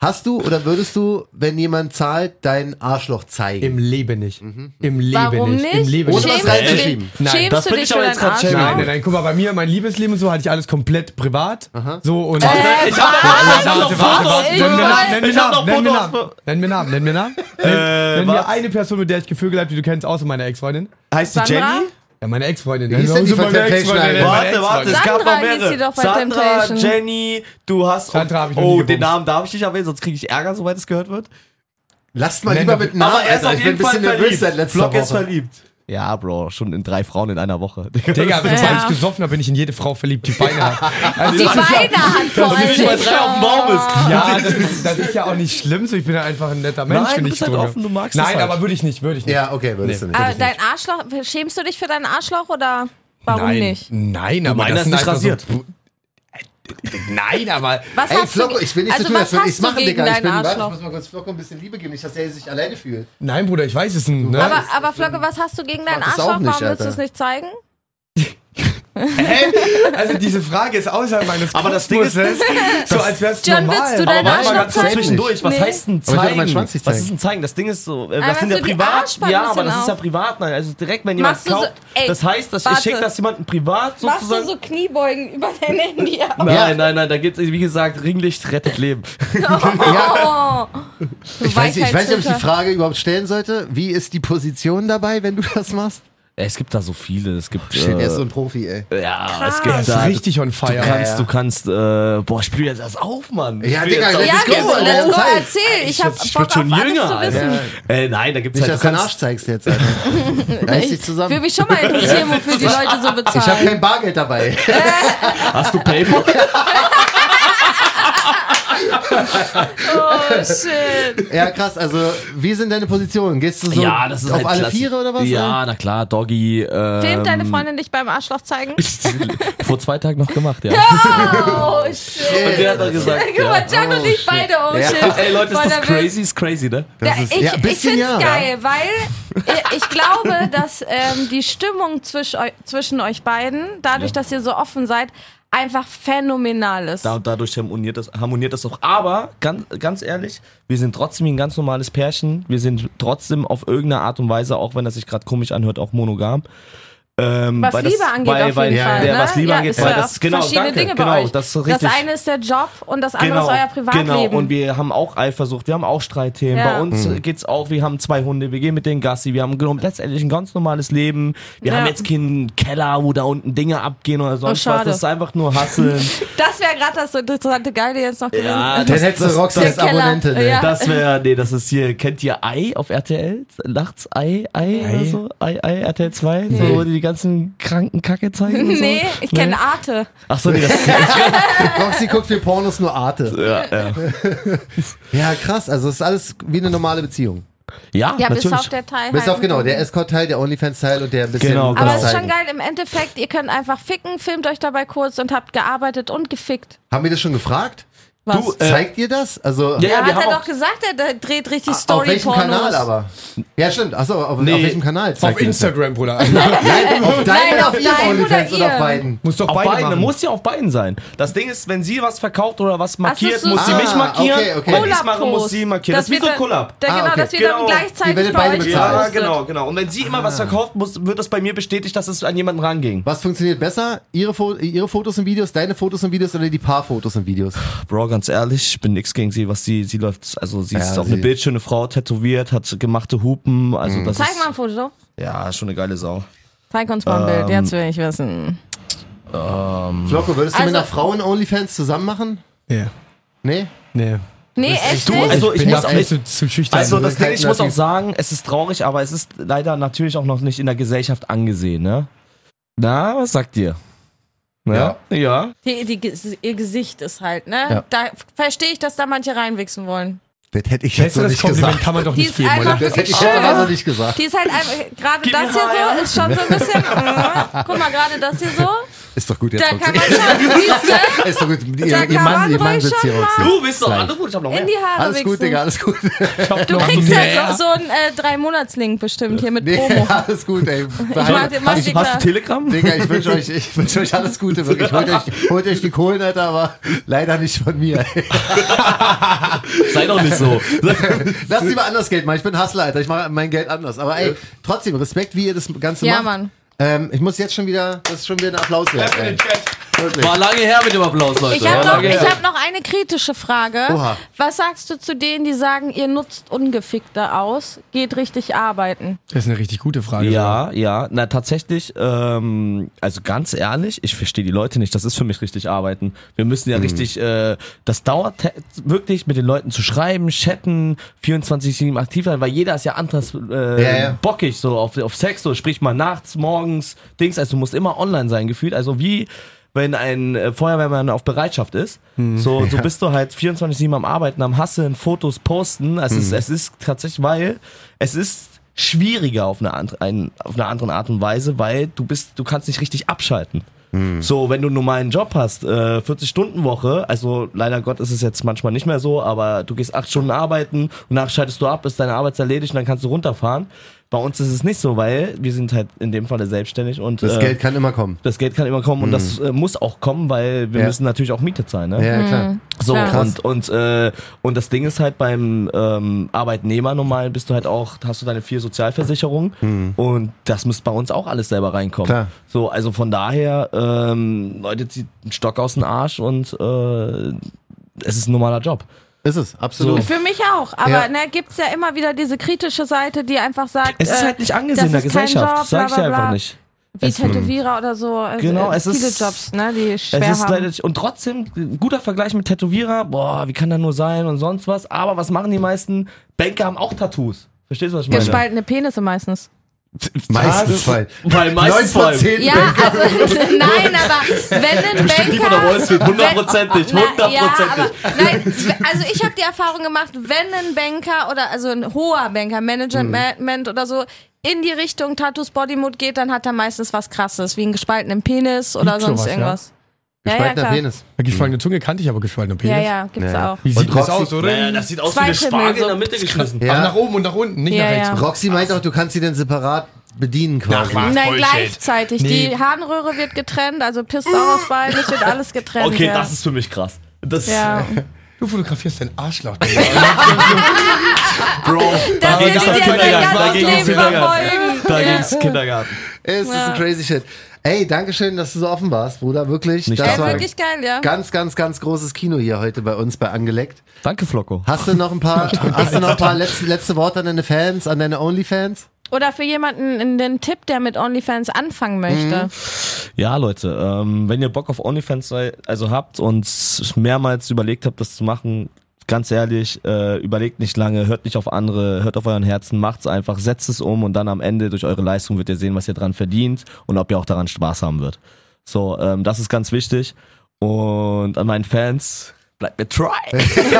Speaker 2: hast du oder würdest du, wenn jemand zahlt, dein Arschloch zeigen?
Speaker 4: Im Leben nicht. Im Leben
Speaker 3: Warum
Speaker 4: nicht.
Speaker 3: nicht?
Speaker 4: Im Leben
Speaker 2: Ohne was
Speaker 3: Schämst
Speaker 5: rein-
Speaker 3: du
Speaker 5: Äh,
Speaker 3: dich-
Speaker 2: nein,
Speaker 4: das
Speaker 3: Schämst du
Speaker 5: finde
Speaker 3: dich
Speaker 5: ich aber
Speaker 3: für dein
Speaker 5: jetzt grad schämen.
Speaker 4: Nein,
Speaker 3: Arschloch?
Speaker 4: nein, nein, guck mal, bei mir, mein Liebesleben und so, hatte ich alles komplett privat. So und.
Speaker 5: Äh, Ich hab noch
Speaker 4: Warte, warte, warte,
Speaker 5: Fotos.
Speaker 4: warte. Nenn mir Namen, nenn mir
Speaker 5: Ich hab
Speaker 4: Namen,
Speaker 5: noch
Speaker 4: nenn mir
Speaker 5: Fotos.
Speaker 4: Namen. Nenn mir Namen, nenn mir Namen. Nenn nenn mir
Speaker 5: was?
Speaker 4: eine Person, mit der ich Gefühl habe, die du kennst, außer meiner Ex-Freundin.
Speaker 5: Heißt die
Speaker 3: Sandra?
Speaker 5: Jenny?
Speaker 4: Ja, meine Ex-Freundin.
Speaker 2: hieß denn die
Speaker 4: Warum
Speaker 2: von
Speaker 4: meine
Speaker 2: Temptation
Speaker 4: Ex-Freundin? ne?
Speaker 2: Island?
Speaker 4: Äh,
Speaker 5: Warte,
Speaker 4: Meine
Speaker 5: warte,
Speaker 4: Ex-Freundin.
Speaker 5: es gab
Speaker 3: Sandra
Speaker 5: noch
Speaker 3: hieß sie
Speaker 5: mehrere.
Speaker 3: doch bei
Speaker 5: Sandra,
Speaker 3: Temptation.
Speaker 5: Jenny, du hast.
Speaker 4: Sandra hab ich noch nie
Speaker 5: oh,
Speaker 4: gebumst.
Speaker 5: den Namen darf ich nicht erwähnen, sonst kriege ich Ärger, soweit es gehört wird.
Speaker 2: Lasst mal
Speaker 4: Nenn
Speaker 2: lieber
Speaker 4: doch-
Speaker 2: mit Namen,
Speaker 5: Aber er ist
Speaker 2: Alter.
Speaker 5: auf
Speaker 2: Ich bin ein
Speaker 5: jeden Fall
Speaker 2: bisschen nervös seit
Speaker 5: verliebt.
Speaker 2: letzter
Speaker 5: Flock ist
Speaker 2: Woche.
Speaker 5: verliebt. Ja, Bro, schon in drei Frauen in einer Woche. *laughs*
Speaker 4: Digga, bis
Speaker 3: Ja.
Speaker 4: ja. ich gesoffen habe, bin ich in jede Frau verliebt, die Beine hat. Also
Speaker 3: Die
Speaker 4: das ist ja-
Speaker 3: Beine hat vor
Speaker 5: Dass
Speaker 3: allem.
Speaker 5: du nicht mal drei auf dem Baum ist.
Speaker 4: Ja, das ist, das ist ja auch nicht schlimm, so ich bin ja einfach ein netter Mensch,
Speaker 5: Nein,
Speaker 4: wenn
Speaker 5: du
Speaker 4: ich
Speaker 5: bist halt
Speaker 4: Droge-
Speaker 5: offen, du magst es
Speaker 4: Nein,
Speaker 5: halt.
Speaker 4: aber würde ich nicht, würde ich nicht.
Speaker 2: Ja, okay, würdest du nicht.
Speaker 4: Ah,
Speaker 3: Aber Äh, dein Arschloch, schämst du dich für deinen Arschloch oder warum
Speaker 4: Nein,
Speaker 3: nicht?
Speaker 4: Nein, aber
Speaker 5: meiner
Speaker 4: das
Speaker 5: ist
Speaker 4: sind
Speaker 5: nicht
Speaker 4: einfach so-
Speaker 5: rasiert.
Speaker 4: *laughs* Nein, aber
Speaker 3: Was
Speaker 2: Ey,
Speaker 3: hast
Speaker 2: Flocko,
Speaker 3: du,
Speaker 2: ich will nichts
Speaker 3: also
Speaker 2: zu tun,
Speaker 3: was
Speaker 2: das will
Speaker 3: hast
Speaker 2: ich
Speaker 3: du
Speaker 2: machen,
Speaker 3: gegen
Speaker 2: Digga. Ich
Speaker 3: deinen
Speaker 2: bin, warte, ich
Speaker 3: Arschloch?
Speaker 2: muss mal kurz Flocko ein bisschen Liebe geben, nicht, dass er sich alleine fühlt.
Speaker 4: nein, Bruder, ich weiß es nicht. Ne?
Speaker 3: Aber, aber Flocke, was hast du gegen deinen
Speaker 2: Mach das auch
Speaker 3: Arschloch?
Speaker 2: nicht,
Speaker 3: Warum willst du
Speaker 2: Alter.
Speaker 3: es nicht zeigen?
Speaker 4: also diese Frage ist außerhalb meines
Speaker 5: Aber das Ding ist- *laughs*
Speaker 4: Kopfmuskels, so als wär's
Speaker 3: John,
Speaker 4: normal.
Speaker 3: willst du deinen
Speaker 5: Aber warte mal
Speaker 3: Arschloch
Speaker 5: ganz kurz
Speaker 3: zeigen?
Speaker 5: zwischendurch, was
Speaker 3: Nee.
Speaker 5: heißt denn
Speaker 2: ich wollte
Speaker 5: zeigen?
Speaker 2: meinen Schwanz nicht
Speaker 5: was
Speaker 2: zeigen.
Speaker 5: ist denn zeigen? Das Ding ist so, äh,
Speaker 3: Einfach
Speaker 5: das sind ja
Speaker 3: so die
Speaker 5: privat.
Speaker 3: Arschbacken
Speaker 5: Ja, aber das
Speaker 3: sind
Speaker 5: ist ja
Speaker 3: auf.
Speaker 5: privat. Nein, also direkt, wenn jemand
Speaker 3: Machst du so-
Speaker 5: kauft,
Speaker 3: ey,
Speaker 5: das heißt, dass ich
Speaker 3: warte.
Speaker 5: schicke das jemandem
Speaker 3: Machst
Speaker 5: privat
Speaker 3: du
Speaker 5: sozusagen.
Speaker 3: so Kniebeugen über dein Handy ab?
Speaker 5: Nein,
Speaker 2: Ja.
Speaker 5: nein, nein, da geht's, wie gesagt, Ringlicht rettet Leben.
Speaker 2: Ja.
Speaker 3: *laughs* Oh.
Speaker 2: Ich weiß, nicht- ich weiß nicht, ob ich die Frage überhaupt stellen sollte. Wie ist die Position dabei, wenn du das machst?
Speaker 5: es gibt da so viele, es gibt,
Speaker 2: Shit, er
Speaker 5: äh,
Speaker 2: ist so ein Profi, ey.
Speaker 5: ja, es
Speaker 4: Er
Speaker 5: gibt
Speaker 4: ist
Speaker 5: da,
Speaker 4: richtig on
Speaker 5: du
Speaker 4: fire.
Speaker 5: kannst,
Speaker 2: ja.
Speaker 5: du kannst, äh, boah, ich spiel jetzt erst auf, Mann. Ich
Speaker 2: Ja,
Speaker 5: spiel
Speaker 2: Digga,
Speaker 5: jetzt auf.
Speaker 2: let's
Speaker 3: Ja,
Speaker 2: go,
Speaker 3: let's go,
Speaker 2: Alter.
Speaker 3: let's go,
Speaker 2: Zeit.
Speaker 3: erzähl. Ich hab
Speaker 5: ich
Speaker 3: Bock
Speaker 5: werd
Speaker 3: auf
Speaker 5: schon
Speaker 3: alles
Speaker 5: jünger,
Speaker 3: zu wissen.
Speaker 5: wissen. Äh, nein, da gibt's
Speaker 2: Nicht,
Speaker 5: halt,
Speaker 2: dass
Speaker 5: du
Speaker 2: dein Arsch
Speaker 5: kannst,
Speaker 2: zeigst jetzt, Alter.
Speaker 3: *laughs*
Speaker 2: Reiß dich
Speaker 3: Würde
Speaker 2: zusammen.
Speaker 3: mich schon mal interessieren, wofür die Leute
Speaker 2: *laughs*
Speaker 3: so
Speaker 2: Ich habe
Speaker 3: bezahlen.
Speaker 2: kein Bargeld dabei.
Speaker 5: hast du Paypal?
Speaker 3: Oh, shit.
Speaker 2: Ja, krass. Also, wie sind deine Positionen? Gehst du so
Speaker 5: ja, das ist
Speaker 2: auf
Speaker 5: halt
Speaker 2: alle
Speaker 5: klassisch.
Speaker 2: Viere oder was?
Speaker 5: Ja, na klar, Doggy. Ähm,
Speaker 3: Filmt deine Freundin dich beim Arschloch zeigen?
Speaker 5: Vor zwei Tagen noch gemacht, ja.
Speaker 3: *laughs* Oh, shit.
Speaker 5: Und der hat dann gesagt,
Speaker 3: Guck
Speaker 5: ja.
Speaker 3: mal, Jack und ich beide, oh
Speaker 2: Ja.
Speaker 3: shit.
Speaker 5: Ey Leute, ist
Speaker 3: Voll
Speaker 5: das
Speaker 3: nervös.
Speaker 5: crazy? Ist crazy, ne?
Speaker 2: Das
Speaker 3: Ja,
Speaker 2: ist-
Speaker 3: ich
Speaker 2: ja, ein
Speaker 3: ich
Speaker 2: bisschen
Speaker 3: finde
Speaker 2: ja.
Speaker 3: es geil, weil äh, ich glaube, *laughs* dass ähm, die Stimmung zwisch eu zwischen euch beiden, dadurch, dass ihr so offen seid, einfach phänomenal ist.
Speaker 5: Da und dadurch harmoniert das, harmoniert das auch. Aber ganz, ganz ehrlich, wir sind trotzdem ein ganz normales Pärchen. Wir sind trotzdem auf irgendeine Art und Weise, auch wenn das sich gerade komisch anhört, auch monogam. Ähm,
Speaker 3: was
Speaker 5: weil
Speaker 3: Liebe
Speaker 5: das,
Speaker 3: angeht
Speaker 5: weil,
Speaker 3: auf
Speaker 5: weil,
Speaker 3: jeden
Speaker 2: ja,
Speaker 3: Fall.
Speaker 5: Der,
Speaker 3: ne?
Speaker 5: Was Liebe
Speaker 3: ja,
Speaker 5: angeht,
Speaker 3: ist
Speaker 5: weil
Speaker 3: ja
Speaker 5: das genau,
Speaker 3: verschiedene
Speaker 5: danke,
Speaker 3: Dinge bei
Speaker 5: genau,
Speaker 3: euch.
Speaker 5: das ist richtig.
Speaker 3: das eine ist der Job und das andere ist euer Privatleben.
Speaker 5: Genau, und wir haben auch Eifersucht, wir haben auch Streitthemen.
Speaker 3: Ja.
Speaker 5: Bei uns geht's auch, wir haben zwei Hunde, wir gehen mit den Gassi, wir haben genommen letztendlich ein ganz normales Leben. Wir
Speaker 3: Ja. Oh,
Speaker 5: haben jetzt keinen Keller, wo da unten Dinge abgehen oder sonst was.
Speaker 3: schade.
Speaker 5: Das ist einfach
Speaker 3: *laughs*
Speaker 5: nur Hasseln.
Speaker 3: das wäre gerade das so interessante Geile jetzt noch gewesen.
Speaker 5: ja,
Speaker 2: Dann
Speaker 5: das,
Speaker 2: hättest du
Speaker 5: das,
Speaker 2: Roxy
Speaker 3: der
Speaker 2: als
Speaker 3: Keller.
Speaker 2: Abonnentin, ey.
Speaker 3: Ja.
Speaker 5: das wäre, nee, das ist hier, kennt ihr Ei auf RTL? Nachts Ei, Ei, oder so? Ei, Ei, RTL 2, so, wo die die ganzen kranken Kacke zeigen und
Speaker 3: Nee,
Speaker 5: so.
Speaker 3: ich kenne Arte.
Speaker 5: Ach so, nee, das
Speaker 3: *laughs*
Speaker 5: ist
Speaker 2: Roxy guckt für Pornos nur Arte.
Speaker 5: ja, ja.
Speaker 2: Ja, krass. Also, es ist alles wie eine normale Beziehung.
Speaker 5: Ja,
Speaker 3: Ja, bis
Speaker 5: natürlich.
Speaker 3: auf der Teil.
Speaker 2: Bis
Speaker 3: halt.
Speaker 2: auf genau, der Escort-Teil, der Onlyfans-Teil und der ein bisschen.
Speaker 5: Genau,
Speaker 3: Aber
Speaker 5: genau.
Speaker 3: es ist schon
Speaker 2: zeigen.
Speaker 3: geil, im Endeffekt, ihr könnt einfach ficken, filmt euch dabei kurz und habt gearbeitet und gefickt.
Speaker 2: Haben wir das schon gefragt?
Speaker 3: Was?
Speaker 5: Äh,
Speaker 2: Zeigt ihr das? Also,
Speaker 5: Ja,
Speaker 3: Ja, hat
Speaker 5: wir haben
Speaker 3: er
Speaker 5: auch-
Speaker 3: doch gesagt, er d- dreht richtig
Speaker 2: auf welchem Kanal
Speaker 3: Story-Pornos.
Speaker 2: aber? Ja, stimmt. Achso, auf,
Speaker 5: Nee.
Speaker 2: auf welchem Kanal?
Speaker 4: Auf
Speaker 2: zeigt ihr das?
Speaker 5: *laughs*
Speaker 4: Instagram, Bruder.
Speaker 2: Nein, auf deinen,
Speaker 3: Nein,
Speaker 2: auf
Speaker 3: auf
Speaker 2: ihrem
Speaker 3: deinen
Speaker 2: Onlyfans
Speaker 3: oder
Speaker 2: oder auf
Speaker 3: ihren?
Speaker 2: beiden?
Speaker 4: Muss doch
Speaker 5: Auf
Speaker 4: beide,
Speaker 5: beiden,
Speaker 4: machen.
Speaker 5: muss ja auf beiden sein. Das Ding ist, wenn sie was verkauft oder was markiert,
Speaker 3: so-
Speaker 5: muss sie
Speaker 2: Ah,
Speaker 5: mich markieren.
Speaker 2: okay, okay.
Speaker 5: Wenn ich mache, muss sie markieren. Das, ist wie so ein Collab.
Speaker 3: Da,
Speaker 2: Ah,
Speaker 3: genau,
Speaker 2: okay.
Speaker 3: dass wir dann
Speaker 5: Genau.
Speaker 2: Ihr
Speaker 3: gleichzeitig
Speaker 2: werdet
Speaker 3: bei
Speaker 2: beide
Speaker 3: euch
Speaker 2: bezahlt.
Speaker 5: Ja,
Speaker 3: postet.
Speaker 5: genau, genau. Und wenn sie immer was verkauft, muss, wird das bei mir bestätigt, dass es an jemanden ranging.
Speaker 2: Was funktioniert besser? Ihre, Fo ihre Fotos und Videos, deine Fotos und Videos oder die Paarfotos und Videos?
Speaker 5: Bro, ganz ehrlich, ich bin nix gegen sie, was sie, sie läuft. Also sie ist
Speaker 2: Ja,
Speaker 5: auch eine
Speaker 2: sie-
Speaker 5: bildschöne Frau, tätowiert, hat gemachte Hupen. Also das
Speaker 3: Zeig
Speaker 5: ist
Speaker 3: mal ein Foto.
Speaker 5: ja schon eine geile Sau.
Speaker 3: Zeig uns mal ein
Speaker 2: Ähm,
Speaker 3: Bild, jetzt will ich wissen.
Speaker 2: Flocko, würdest du
Speaker 3: Also-
Speaker 2: mit einer Frauen Onlyfans zusammen machen?
Speaker 4: Nee.
Speaker 2: Nee?
Speaker 4: Nee.
Speaker 3: Nee, echt nicht?
Speaker 5: Also ich
Speaker 2: bin
Speaker 5: muss
Speaker 2: da
Speaker 5: auch
Speaker 2: viel
Speaker 5: echt-
Speaker 4: Zu, zu schüchtern.
Speaker 5: Also das
Speaker 2: das
Speaker 5: Ding,
Speaker 2: heißt
Speaker 5: ich muss auch
Speaker 2: natürlich-
Speaker 5: sagen, es ist traurig, aber es ist leider natürlich auch noch nicht in der Gesellschaft angesehen, ne? Na, was sagt ihr? Na? Ja.
Speaker 3: Die, die, Ge- ihr Gesicht ist halt, ne?
Speaker 2: Ja.
Speaker 3: Da verstehe ich, dass da manche reinwichsen wollen.
Speaker 2: Das hätte ich
Speaker 4: Besseres Kompliment kann man doch
Speaker 3: Die
Speaker 4: nicht
Speaker 3: ist
Speaker 4: geben,
Speaker 3: einfach-
Speaker 4: oder?
Speaker 2: Das hätte ich
Speaker 3: Schön.
Speaker 2: jetzt aber so nicht gesagt.
Speaker 3: Die ist halt einfach, gerade das hier
Speaker 5: Haar,
Speaker 3: so ist schon so ein bisschen, mm, guck mal, gerade das hier so,
Speaker 2: Ist doch gut jetzt.
Speaker 3: da
Speaker 2: Roxy.
Speaker 3: kann
Speaker 2: *laughs*
Speaker 3: man schon, siehst
Speaker 2: ist doch gut. Ihr,
Speaker 3: Da
Speaker 2: ihr
Speaker 3: kann
Speaker 2: Mann,
Speaker 3: man
Speaker 2: ihr Mann
Speaker 3: ruhig
Speaker 2: sitzt hier
Speaker 3: schon
Speaker 2: Roxy.
Speaker 5: Du bist doch andere, ich hab noch
Speaker 3: du, in die Haare
Speaker 2: Alles gut,
Speaker 3: wichsen.
Speaker 2: Digga, alles gut. *laughs*
Speaker 3: Äh, Du kriegst ja so, so einen äh, Drei-Monats-Link bestimmt hier mit
Speaker 2: Nee,
Speaker 3: Promo.
Speaker 2: alles gut, ey.
Speaker 3: mach dir- mach
Speaker 2: Ich-
Speaker 3: dir
Speaker 5: Hast du
Speaker 3: klar.
Speaker 5: Telegram?
Speaker 2: Digga, ich wünsche euch, ich wünsch euch alles Gute, wirklich. Holt euch, holt euch die Kohlen, Alter, aber leider nicht von mir. ey.
Speaker 5: Sei doch nicht so.
Speaker 2: Lass lieber anders Geld machen. Ich bin Hustler, Alter. Ich mache mein Geld anders. Aber ey, trotzdem, Respekt, wie ihr das Ganze
Speaker 3: Ja,
Speaker 2: macht.
Speaker 3: Mann.
Speaker 2: Ähm, ich muss jetzt schon wieder, das ist schon wieder ein Applaus wert. ey.
Speaker 6: *laughs*
Speaker 2: wirklich.
Speaker 6: War lange her mit dem Applaus, Leute.
Speaker 3: Ich habe
Speaker 6: War
Speaker 3: noch,
Speaker 6: lange
Speaker 3: ich
Speaker 6: her.
Speaker 3: hab noch eine kritische Frage.
Speaker 2: Oha.
Speaker 3: Was sagst du zu denen, die sagen, ihr nutzt Ungefickte aus, geht richtig arbeiten?
Speaker 4: Das ist eine richtig gute Frage.
Speaker 5: Ja, ja. Na, tatsächlich, ähm, also ganz ehrlich, ich verstehe die Leute nicht. Das ist für mich richtig arbeiten. Wir müssen
Speaker 6: Mhm.
Speaker 5: ja richtig, äh, das dauert te- wirklich, mit den Leuten zu schreiben, chatten, 24-7 aktiv sein, weil jeder ist ja anders äh,
Speaker 2: Ja, ja.
Speaker 5: bockig so auf, auf Sex, so sprich mal nachts, morgens, Dings. Also du musst immer online sein gefühlt. Also wie wenn ein äh, Feuerwehrmann auf Bereitschaft ist,
Speaker 2: Hm.
Speaker 5: so, so bist du halt 24-7 am Arbeiten, am Hasseln, Fotos posten. Es,
Speaker 2: Hm.
Speaker 5: ist, es ist tatsächlich, weil es ist schwieriger auf eine, andere, ein, auf eine andere Art und Weise, weil du bist, du kannst nicht richtig abschalten.
Speaker 2: Hm.
Speaker 5: So, wenn du einen normalen Job hast, äh, 40-Stunden-Woche, also leider Gott ist es jetzt manchmal nicht mehr so, aber du gehst acht Stunden arbeiten und danach schaltest du ab, ist deine Arbeit erledigt und dann kannst du runterfahren. Bei uns ist es nicht so, weil wir sind halt in dem Falle selbstständig und
Speaker 2: Das
Speaker 5: äh,
Speaker 2: Geld kann immer kommen.
Speaker 5: das Geld kann immer kommen und das äh, muss auch kommen, weil wir
Speaker 2: Ja.
Speaker 5: müssen natürlich auch Miete zahlen. Ne?
Speaker 2: Ja,
Speaker 3: Mhm.
Speaker 2: klar.
Speaker 5: So,
Speaker 3: Klar.
Speaker 5: und, und, äh, und das Ding ist halt beim ähm, Arbeitnehmer normal bist du halt auch, hast du deine vier Sozialversicherungen und das müsste bei uns auch alles selber reinkommen.
Speaker 2: Hm. Klar.
Speaker 5: So, also von daher, ähm, Leute zieht einen Stock aus dem Arsch und äh, es ist ein normaler Job.
Speaker 2: Ist es, absolut.
Speaker 3: Für mich auch, aber
Speaker 2: Ja.
Speaker 3: ne, gibt's ja immer wieder diese kritische Seite, die einfach sagt,
Speaker 5: Es ist
Speaker 3: äh,
Speaker 5: halt nicht angesehen in der
Speaker 3: das ist kein
Speaker 5: Gesellschaft,
Speaker 3: Job,
Speaker 5: das sag ich
Speaker 3: bla,
Speaker 5: dir
Speaker 3: bla, bla.
Speaker 5: einfach nicht.
Speaker 3: Wie
Speaker 5: Es-
Speaker 3: Tätowierer oder so. äh,
Speaker 5: Genau,
Speaker 3: äh,
Speaker 5: es
Speaker 3: viele
Speaker 5: ist-
Speaker 3: Jobs, ne, die schwer
Speaker 5: Es ist
Speaker 3: haben.
Speaker 5: leider, und trotzdem, ein guter Vergleich mit Tätowierer, boah, wie kann das nur sein und sonst was, aber was machen die meisten? Banker haben auch Tattoos. Verstehst du, was ich meine?
Speaker 3: Gespaltene Penisse meistens.
Speaker 2: Meistens
Speaker 5: Ja,
Speaker 2: weil.
Speaker 6: Weil
Speaker 2: Neun
Speaker 6: meistens vor
Speaker 2: von
Speaker 6: allem.
Speaker 2: zehn
Speaker 3: Ja,
Speaker 2: Banker.
Speaker 3: also *laughs* nein, aber wenn ein
Speaker 5: Bestimmt die von der Wall
Speaker 3: Banker.
Speaker 5: Street, hundertprozentig,
Speaker 3: Na, ja,
Speaker 5: hundertprozentig.
Speaker 3: aber- nein, also ich habe die Erfahrung gemacht, wenn ein Banker oder also ein hoher Banker, Management oder so, in die Richtung Tattoos Bodymod geht, dann hat er meistens was krasses, wie einen gespaltenen Penis oder
Speaker 4: Gibt's
Speaker 3: sonst
Speaker 4: sowas, ja?
Speaker 3: irgendwas. Ja, ja,
Speaker 2: Gespaltener
Speaker 3: klar.
Speaker 2: Penis.
Speaker 5: Mhm.
Speaker 4: Gespaltene Zunge kannte ich aber gespaltene Penis. Hm.
Speaker 3: Ja, ja, gibt's
Speaker 2: Ja.
Speaker 3: auch.
Speaker 4: Wie sieht
Speaker 2: Und
Speaker 4: das
Speaker 2: Roxy-
Speaker 4: aus, oder?
Speaker 6: Naja, Äh, das sieht aus wie
Speaker 3: Zwei
Speaker 6: eine Spargel
Speaker 3: Pimmel,
Speaker 6: in der
Speaker 3: so.
Speaker 6: Mitte geschmissen.
Speaker 4: Ach,
Speaker 2: Ja.
Speaker 4: nach oben und nach unten, nicht
Speaker 3: Ja,
Speaker 4: nach rechts.
Speaker 3: ja.
Speaker 2: Roxy meint auch, du kannst sie denn separat bedienen quasi.
Speaker 6: Ach,
Speaker 3: Nein,
Speaker 6: Bullshit.
Speaker 3: gleichzeitig.
Speaker 4: Nee.
Speaker 3: Die Harnröhre wird getrennt, also pisst auch aus beiden, es wird alles getrennt.
Speaker 5: Okay,
Speaker 3: ja.
Speaker 5: das ist für mich krass. Das *laughs*
Speaker 3: Ja.
Speaker 4: Du fotografierst deinen Arschloch.
Speaker 5: Bro,
Speaker 3: Das wird
Speaker 5: ging's
Speaker 3: jetzt
Speaker 5: ab
Speaker 3: dein
Speaker 5: Kindergarten, da
Speaker 3: ganzes
Speaker 5: ging's ab
Speaker 3: Leben verfolgen.
Speaker 5: Da
Speaker 3: Ja.
Speaker 5: ging's Kindergarten.
Speaker 2: Es ist ein
Speaker 3: Ja.
Speaker 2: crazy shit. Ey, Dankeschön, dass du so offen warst, Bruder. Wirklich.
Speaker 5: Nicht
Speaker 2: das
Speaker 5: dafür.
Speaker 3: Ja,
Speaker 2: war
Speaker 3: wirklich geil, ja.
Speaker 2: ganz, ganz, ganz großes Kino hier heute bei uns bei Angeleckt.
Speaker 5: Danke, Flocko.
Speaker 2: Hast du noch ein paar, hast du noch ein paar letzte, letzte Worte an deine Fans, an deine Onlyfans?
Speaker 3: Oder für jemanden in den Tipp, der mit OnlyFans anfangen
Speaker 5: Mhm.
Speaker 3: möchte.
Speaker 5: Ja, Leute, ähm, wenn ihr Bock auf OnlyFans sei, also habt und mehrmals überlegt habt, das zu machen, ganz ehrlich, äh, überlegt nicht lange, hört nicht auf andere, hört auf euren Herzen, macht's einfach, setzt es um und dann am Ende durch eure Leistung wird ihr sehen, was ihr dran verdient und ob ihr auch daran Spaß haben wird. So, ähm, das ist ganz wichtig. Und an meinen Fans, bleibt
Speaker 3: *laughs*
Speaker 5: mir try.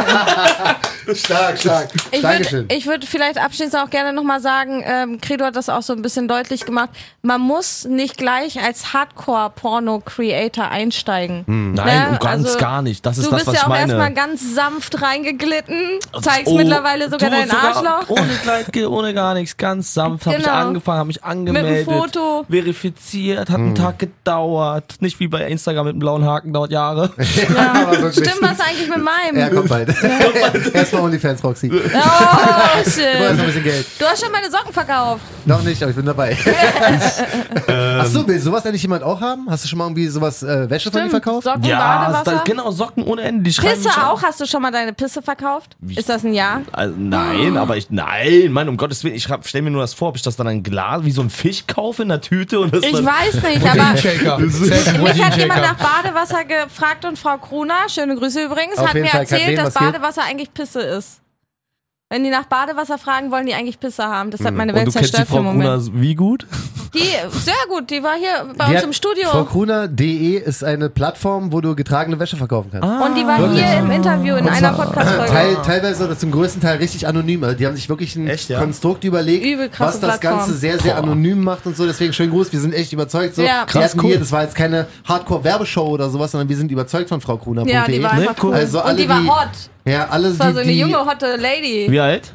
Speaker 2: Stark, stark.
Speaker 3: Ich
Speaker 2: Dankeschön.
Speaker 3: würd- Ich würde vielleicht abschließend auch gerne nochmal sagen, ähm, Credo hat das auch so ein bisschen deutlich gemacht, man muss nicht gleich als Hardcore-Porno-Creator einsteigen.
Speaker 5: Hm. Nein,
Speaker 3: Ne?
Speaker 5: und ganz
Speaker 3: also,
Speaker 5: gar nicht. Das ist
Speaker 3: Du
Speaker 5: das,
Speaker 3: bist
Speaker 5: was
Speaker 3: ja
Speaker 5: ich
Speaker 3: auch erstmal
Speaker 5: meine.
Speaker 3: ganz sanft reingeglitten, zeigst
Speaker 5: Oh,
Speaker 3: mittlerweile sogar
Speaker 5: du oh,
Speaker 3: deinen Arschloch.
Speaker 5: Ohne Kleid, ohne gar nichts, ganz sanft. Hab ich
Speaker 3: Genau.
Speaker 5: angefangen, hab mich angemeldet.
Speaker 3: Foto.
Speaker 5: Verifiziert, hat einen Tag gedauert. Nicht wie bei Instagram mit dem blauen Haken, dauert Jahre.
Speaker 2: *laughs* Aber wirklich.
Speaker 3: Stimmt was eigentlich mit meinem?
Speaker 2: Ja, kommt bald. *laughs* Erstmal Onlyfans, Roxy. Ich
Speaker 3: Oh,
Speaker 5: *laughs*
Speaker 2: brauch jetzt noch ein
Speaker 3: shit.
Speaker 2: bisschen Geld.
Speaker 3: Du hast schon meine Socken verkauft.
Speaker 2: Noch nicht, aber ich bin
Speaker 3: *laughs*
Speaker 2: dabei. Achso, will sowas eigentlich jemand auch haben? Hast du schon mal irgendwie sowas äh, Wäsche von dir verkauft?
Speaker 3: Socken,
Speaker 5: da,
Speaker 3: Badewasser.
Speaker 5: genau, Socken ohne Ende. Die schreiben
Speaker 3: Pisse
Speaker 5: mich an.
Speaker 3: auch? Hast du schon mal deine Pisse verkauft? Ist das ein Ja?
Speaker 5: Also, nein, aber ich, nein, Mann, um Gottes Willen, ich hab- stell mir nur das vor, ob ich das dann ein Glas, wie so ein Fisch kaufe in der Tüte und das
Speaker 3: Ich
Speaker 5: dann,
Speaker 3: weiß nicht, aber
Speaker 4: Checker.
Speaker 3: mich hat jemand nach Badewasser gefragt und Frau Kruner, schöne Grüße übrigens,
Speaker 2: Auf
Speaker 3: hat
Speaker 2: jeden
Speaker 3: mir
Speaker 2: Fall,
Speaker 3: erzählt,
Speaker 2: Kathleen, was
Speaker 3: dass
Speaker 2: geht?
Speaker 3: Badewasser eigentlich Pisse ist. Wenn die nach Badewasser fragen, wollen die eigentlich Pisse haben. Das hat meine
Speaker 5: Und
Speaker 3: Welt
Speaker 5: du kennst die
Speaker 3: zerstört für
Speaker 5: Frau
Speaker 3: einen Moment.
Speaker 5: Gruner wie gut?
Speaker 3: Die, sehr gut, die war hier bei
Speaker 2: Die
Speaker 3: uns
Speaker 2: hat-
Speaker 3: im Studio.
Speaker 2: FrauKruner.de E ist eine Plattform, wo du getragene Wäsche verkaufen kannst.
Speaker 3: und die war hier im Interview in einer Podcast-Folge.
Speaker 2: Teil, teilweise oder zum größten Teil richtig anonym. Also die haben sich wirklich ein
Speaker 5: Echt, ja?
Speaker 2: Konstrukt überlegt,
Speaker 3: Übel
Speaker 2: was
Speaker 3: krasse
Speaker 2: das
Speaker 3: Plattform.
Speaker 2: Ganze sehr, sehr anonym macht und so. Deswegen schönen Gruß. Wir sind echt überzeugt. So.
Speaker 3: Ja.
Speaker 2: wir
Speaker 5: Krass,
Speaker 2: hatten
Speaker 5: cool.
Speaker 2: hier, das war jetzt keine Hardcore-Werbeshow oder sowas, sondern wir sind überzeugt von Frau Kruner.de.
Speaker 3: Ja, die war
Speaker 5: Ne,
Speaker 3: einfach
Speaker 5: cool.
Speaker 3: cool.
Speaker 2: Also alle,
Speaker 3: und die war
Speaker 2: die-
Speaker 3: hot.
Speaker 2: Ja, alle
Speaker 3: Das war
Speaker 2: die,
Speaker 3: so eine
Speaker 2: die,
Speaker 3: junge, hotte Lady.
Speaker 5: Wie alt?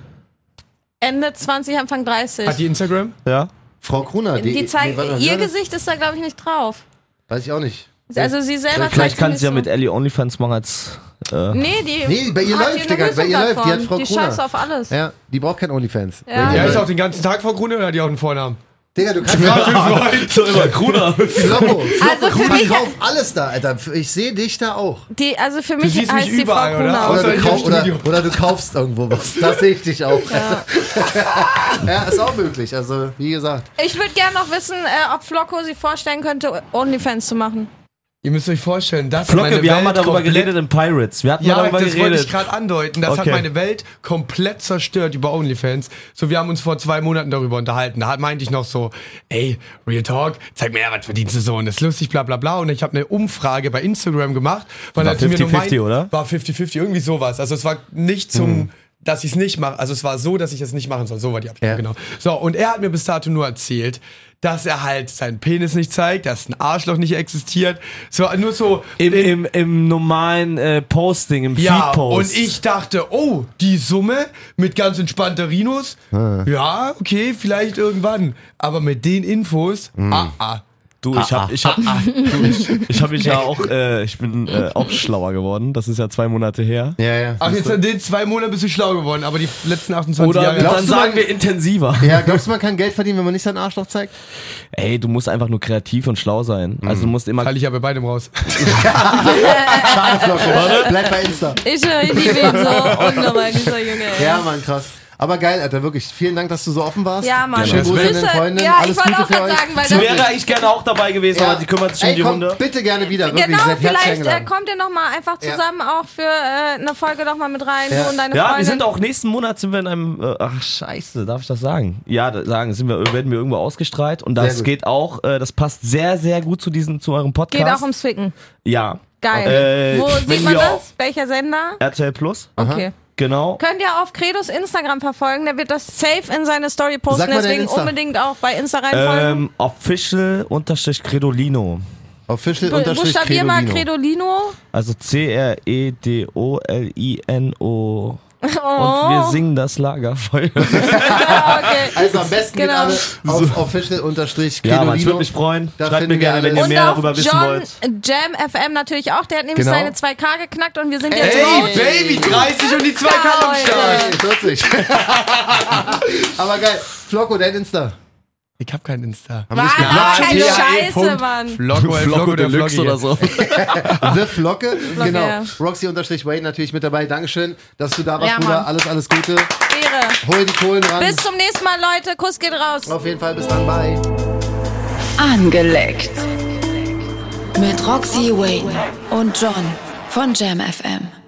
Speaker 3: Ende 20, Anfang 30.
Speaker 4: Hat die Instagram?
Speaker 5: Ja.
Speaker 2: Frau Kruner.
Speaker 3: Die zeigt,
Speaker 2: warte mal,
Speaker 3: ihr
Speaker 2: wie war das?
Speaker 3: Gesicht ist da, glaube ich, nicht drauf.
Speaker 2: Weiß ich auch nicht.
Speaker 3: Also sie selber zeigt
Speaker 5: Vielleicht kann sie ja
Speaker 3: nicht
Speaker 5: mit
Speaker 3: so.
Speaker 5: Ellie OnlyFans machen als. Äh,
Speaker 3: Nee, die
Speaker 2: Nee, bei ihr
Speaker 3: hat
Speaker 2: läuft,
Speaker 3: die
Speaker 2: Digga,
Speaker 3: eine
Speaker 2: bei ihr läuft. Die hat
Speaker 3: Lösungsplattform.
Speaker 2: Frau
Speaker 3: Die
Speaker 2: Gruner.
Speaker 3: scheißt auf alles.
Speaker 2: Ja, die braucht kein Onlyfans.
Speaker 3: Ah, Ja.
Speaker 4: Die
Speaker 2: Die-
Speaker 5: *laughs*
Speaker 4: heißt auch den ganzen Tag Frau Grune oder hat die auch einen Vornamen?
Speaker 2: Digga, du kannst ja,
Speaker 5: So immer Kruder. *laughs*
Speaker 2: Floppo, Floppo,
Speaker 3: Also für
Speaker 2: guck mal,
Speaker 3: mich-
Speaker 2: kauf alles da, Alter. Ich sehe dich da auch.
Speaker 3: Die, also für mich
Speaker 5: siehst mich
Speaker 3: heißt die
Speaker 5: überall,
Speaker 3: Frau
Speaker 5: oder?
Speaker 3: Kuhnau.
Speaker 2: Oder
Speaker 4: Außer
Speaker 2: du,
Speaker 4: hier
Speaker 2: kauf,
Speaker 4: im
Speaker 2: oder,
Speaker 4: Studio.
Speaker 2: oder du kaufst irgendwo was. Das sehe ich dich auch. *laughs* Ja. ist auch möglich. Also, wie gesagt.
Speaker 3: Ich würde gerne noch wissen, äh, ob Flocko sich vorstellen könnte, Onlyfans zu machen.
Speaker 4: Ihr müsst euch vorstellen, das hat
Speaker 5: Flocke,
Speaker 4: meine
Speaker 5: wir
Speaker 4: Welt
Speaker 5: haben mal darüber
Speaker 4: komplett-
Speaker 5: geredet in Pirates. Wir hatten
Speaker 4: Ja,
Speaker 5: mal
Speaker 4: das
Speaker 5: darüber
Speaker 4: wollte ich
Speaker 5: geredet.
Speaker 4: gerade andeuten. Das hat
Speaker 5: Okay.
Speaker 4: meine Welt komplett zerstört über OnlyFans. So, wir haben uns vor zwei Monaten darüber unterhalten. Da hat- meinte ich noch so, ey, Real Talk, zeig mir ja, was verdienst du so und das ist lustig, bla bla bla. Und ich habe eine Umfrage bei Instagram gemacht. Weil
Speaker 5: War
Speaker 4: als sie mir nur
Speaker 5: 50-50,
Speaker 4: meint-
Speaker 5: oder? Hm.
Speaker 4: War 50-50, irgendwie sowas. Also es war nicht zum... Dass ich es nicht mache, also es war so, dass ich es nicht machen soll. So war die Abstimmung,
Speaker 2: Ja.
Speaker 4: genau. So, und er hat mir bis dato nur erzählt, dass er halt seinen Penis nicht zeigt, dass ein Arschloch nicht existiert. So, nur so
Speaker 5: Im, im, Im normalen äh, Posting, im
Speaker 4: ja,
Speaker 5: Feed-Post.
Speaker 4: und ich dachte, oh, die Summe mit ganz entspannter Rinos, ja, okay, vielleicht irgendwann. Aber mit den Infos,
Speaker 5: Hm.
Speaker 4: ah, ah.
Speaker 5: Du, ich hab, ich hab, du, ich, ich hab mich ja auch, äh, ich bin äh, auch schlauer geworden. Das ist ja zwei Monate her.
Speaker 2: Ja, ja.
Speaker 4: Ach, jetzt in den zwei Monaten bist du schlau geworden, aber die letzten 28
Speaker 5: Oder
Speaker 4: Jahre...
Speaker 5: dann
Speaker 2: Glaubst du,
Speaker 5: sagen
Speaker 2: man-
Speaker 5: wir intensiver.
Speaker 2: ja, glaubst du, man kann Geld verdienen, wenn man nicht sein Arschloch
Speaker 3: *laughs*
Speaker 2: zeigt?
Speaker 5: Ey, du musst einfach nur kreativ und schlau sein. Also du
Speaker 2: Mhm.
Speaker 5: musst immer.
Speaker 4: Halte ich ja bei beidem raus.
Speaker 2: Schade, Flocko. Bleib bei Insta.
Speaker 3: Ich, äh, ich liebe
Speaker 2: *laughs*
Speaker 3: ihn so unnormal, dieser Junge. ey.
Speaker 2: Ja, Mann, krass. Aber geil, Alter, wirklich. Vielen Dank, dass du so offen warst.
Speaker 3: Ja, Mann.
Speaker 2: Schöne Grüße an
Speaker 3: Grüße.
Speaker 2: deine Freundin.
Speaker 3: Ja,
Speaker 2: Alles
Speaker 3: ich wollte
Speaker 2: Gute
Speaker 3: auch
Speaker 2: für
Speaker 3: gerade
Speaker 2: euch.
Speaker 3: sagen, weil
Speaker 5: Sie
Speaker 3: das
Speaker 5: wäre eigentlich gerne auch dabei gewesen, aber sie kümmert sich um
Speaker 2: Ey,
Speaker 5: die
Speaker 2: komm,
Speaker 5: Runde.
Speaker 2: bitte gerne wieder. Wirklich,
Speaker 3: Genau,
Speaker 2: seid herzlich
Speaker 3: vielleicht äh,
Speaker 2: eingeladen.
Speaker 3: kommt ihr nochmal einfach
Speaker 2: Ja.
Speaker 3: zusammen auch für äh, eine Folge nochmal mit rein,
Speaker 2: Ja.
Speaker 3: du und deine
Speaker 5: Ja, wir
Speaker 3: Freundin.
Speaker 5: sind auch nächsten Monat sind wir in einem. Äh, ach Scheiße, darf ich das sagen? Ja, da- sagen sind wir werden wir irgendwo ausgestrahlt und
Speaker 2: Sehr
Speaker 5: das
Speaker 2: gut.
Speaker 5: geht auch. Äh, das passt sehr sehr gut zu diesem zu eurem Podcast.
Speaker 3: Geht auch ums Ficken.
Speaker 5: Ja.
Speaker 3: Geil.
Speaker 5: Äh,
Speaker 3: Wo
Speaker 5: wenn
Speaker 3: sieht man
Speaker 5: wir
Speaker 3: das? Oh. Welcher Sender?
Speaker 5: RTL Plus.
Speaker 3: Okay.
Speaker 5: Genau.
Speaker 3: Könnt ihr auf Credos Instagram verfolgen, der wird das safe in seine Story
Speaker 2: Sag
Speaker 3: posten,
Speaker 2: mal dein
Speaker 3: deswegen
Speaker 2: Insta.
Speaker 3: unbedingt auch bei Insta reinfolgen.
Speaker 5: Ähm, official unterstrich Credolino.
Speaker 2: Official
Speaker 3: Bu-
Speaker 2: unterstrich
Speaker 3: Buchstabier mal
Speaker 2: Credolino.
Speaker 3: Credolino.
Speaker 5: Also C-R-E-D-O-L-I-N-O.
Speaker 3: Oh.
Speaker 5: Und wir singen
Speaker 2: *laughs*
Speaker 5: das Lagerfeuer.
Speaker 3: Ah, *laughs* okay.
Speaker 2: Also am besten
Speaker 3: Genau.
Speaker 2: geht alle auf official unterstrich
Speaker 5: Ja,
Speaker 2: Credolino.
Speaker 5: Mann, ich würde mich freuen.
Speaker 2: Da
Speaker 5: Schreibt mir
Speaker 2: finden wir
Speaker 5: gerne, *laughs* wenn ihr
Speaker 2: alles.
Speaker 5: mehr
Speaker 3: Und
Speaker 5: darüber
Speaker 3: auf
Speaker 5: wissen
Speaker 3: John
Speaker 5: wollt.
Speaker 3: Jam FM natürlich auch, der hat nämlich
Speaker 5: Genau.
Speaker 3: seine 2K geknackt und wir sind jetzt raus.
Speaker 4: Ey, Baby, 30 und die zwei
Speaker 3: Ja,
Speaker 4: Karten am
Speaker 3: Leute.
Speaker 4: Start.
Speaker 2: Ey, 40. *laughs* Aber geil. Flocko, dein Insta.
Speaker 4: Ich hab kein Insta.
Speaker 3: Mann,
Speaker 4: Ja,
Speaker 3: Ah, keine
Speaker 4: DHE.
Speaker 3: Scheiße, Mann.
Speaker 4: Flocko, ey, Flocko, der Flocki hier.
Speaker 5: so.
Speaker 2: The Flocke. genau.
Speaker 3: ja.
Speaker 2: Roxy unterstrich Wayne natürlich mit dabei. Dankeschön, dass du da warst,
Speaker 3: Ja,
Speaker 2: Bruder.
Speaker 3: Mann.
Speaker 2: Alles, alles Gute.
Speaker 3: Ehre.
Speaker 2: Hol die Kohlen ran.
Speaker 3: Bis zum nächsten Mal, Leute. Kuss geht raus.
Speaker 2: auf jeden Fall, bis dann. Bye.
Speaker 1: Angeleckt. Mit Roxy Wayne und John von Jam FM.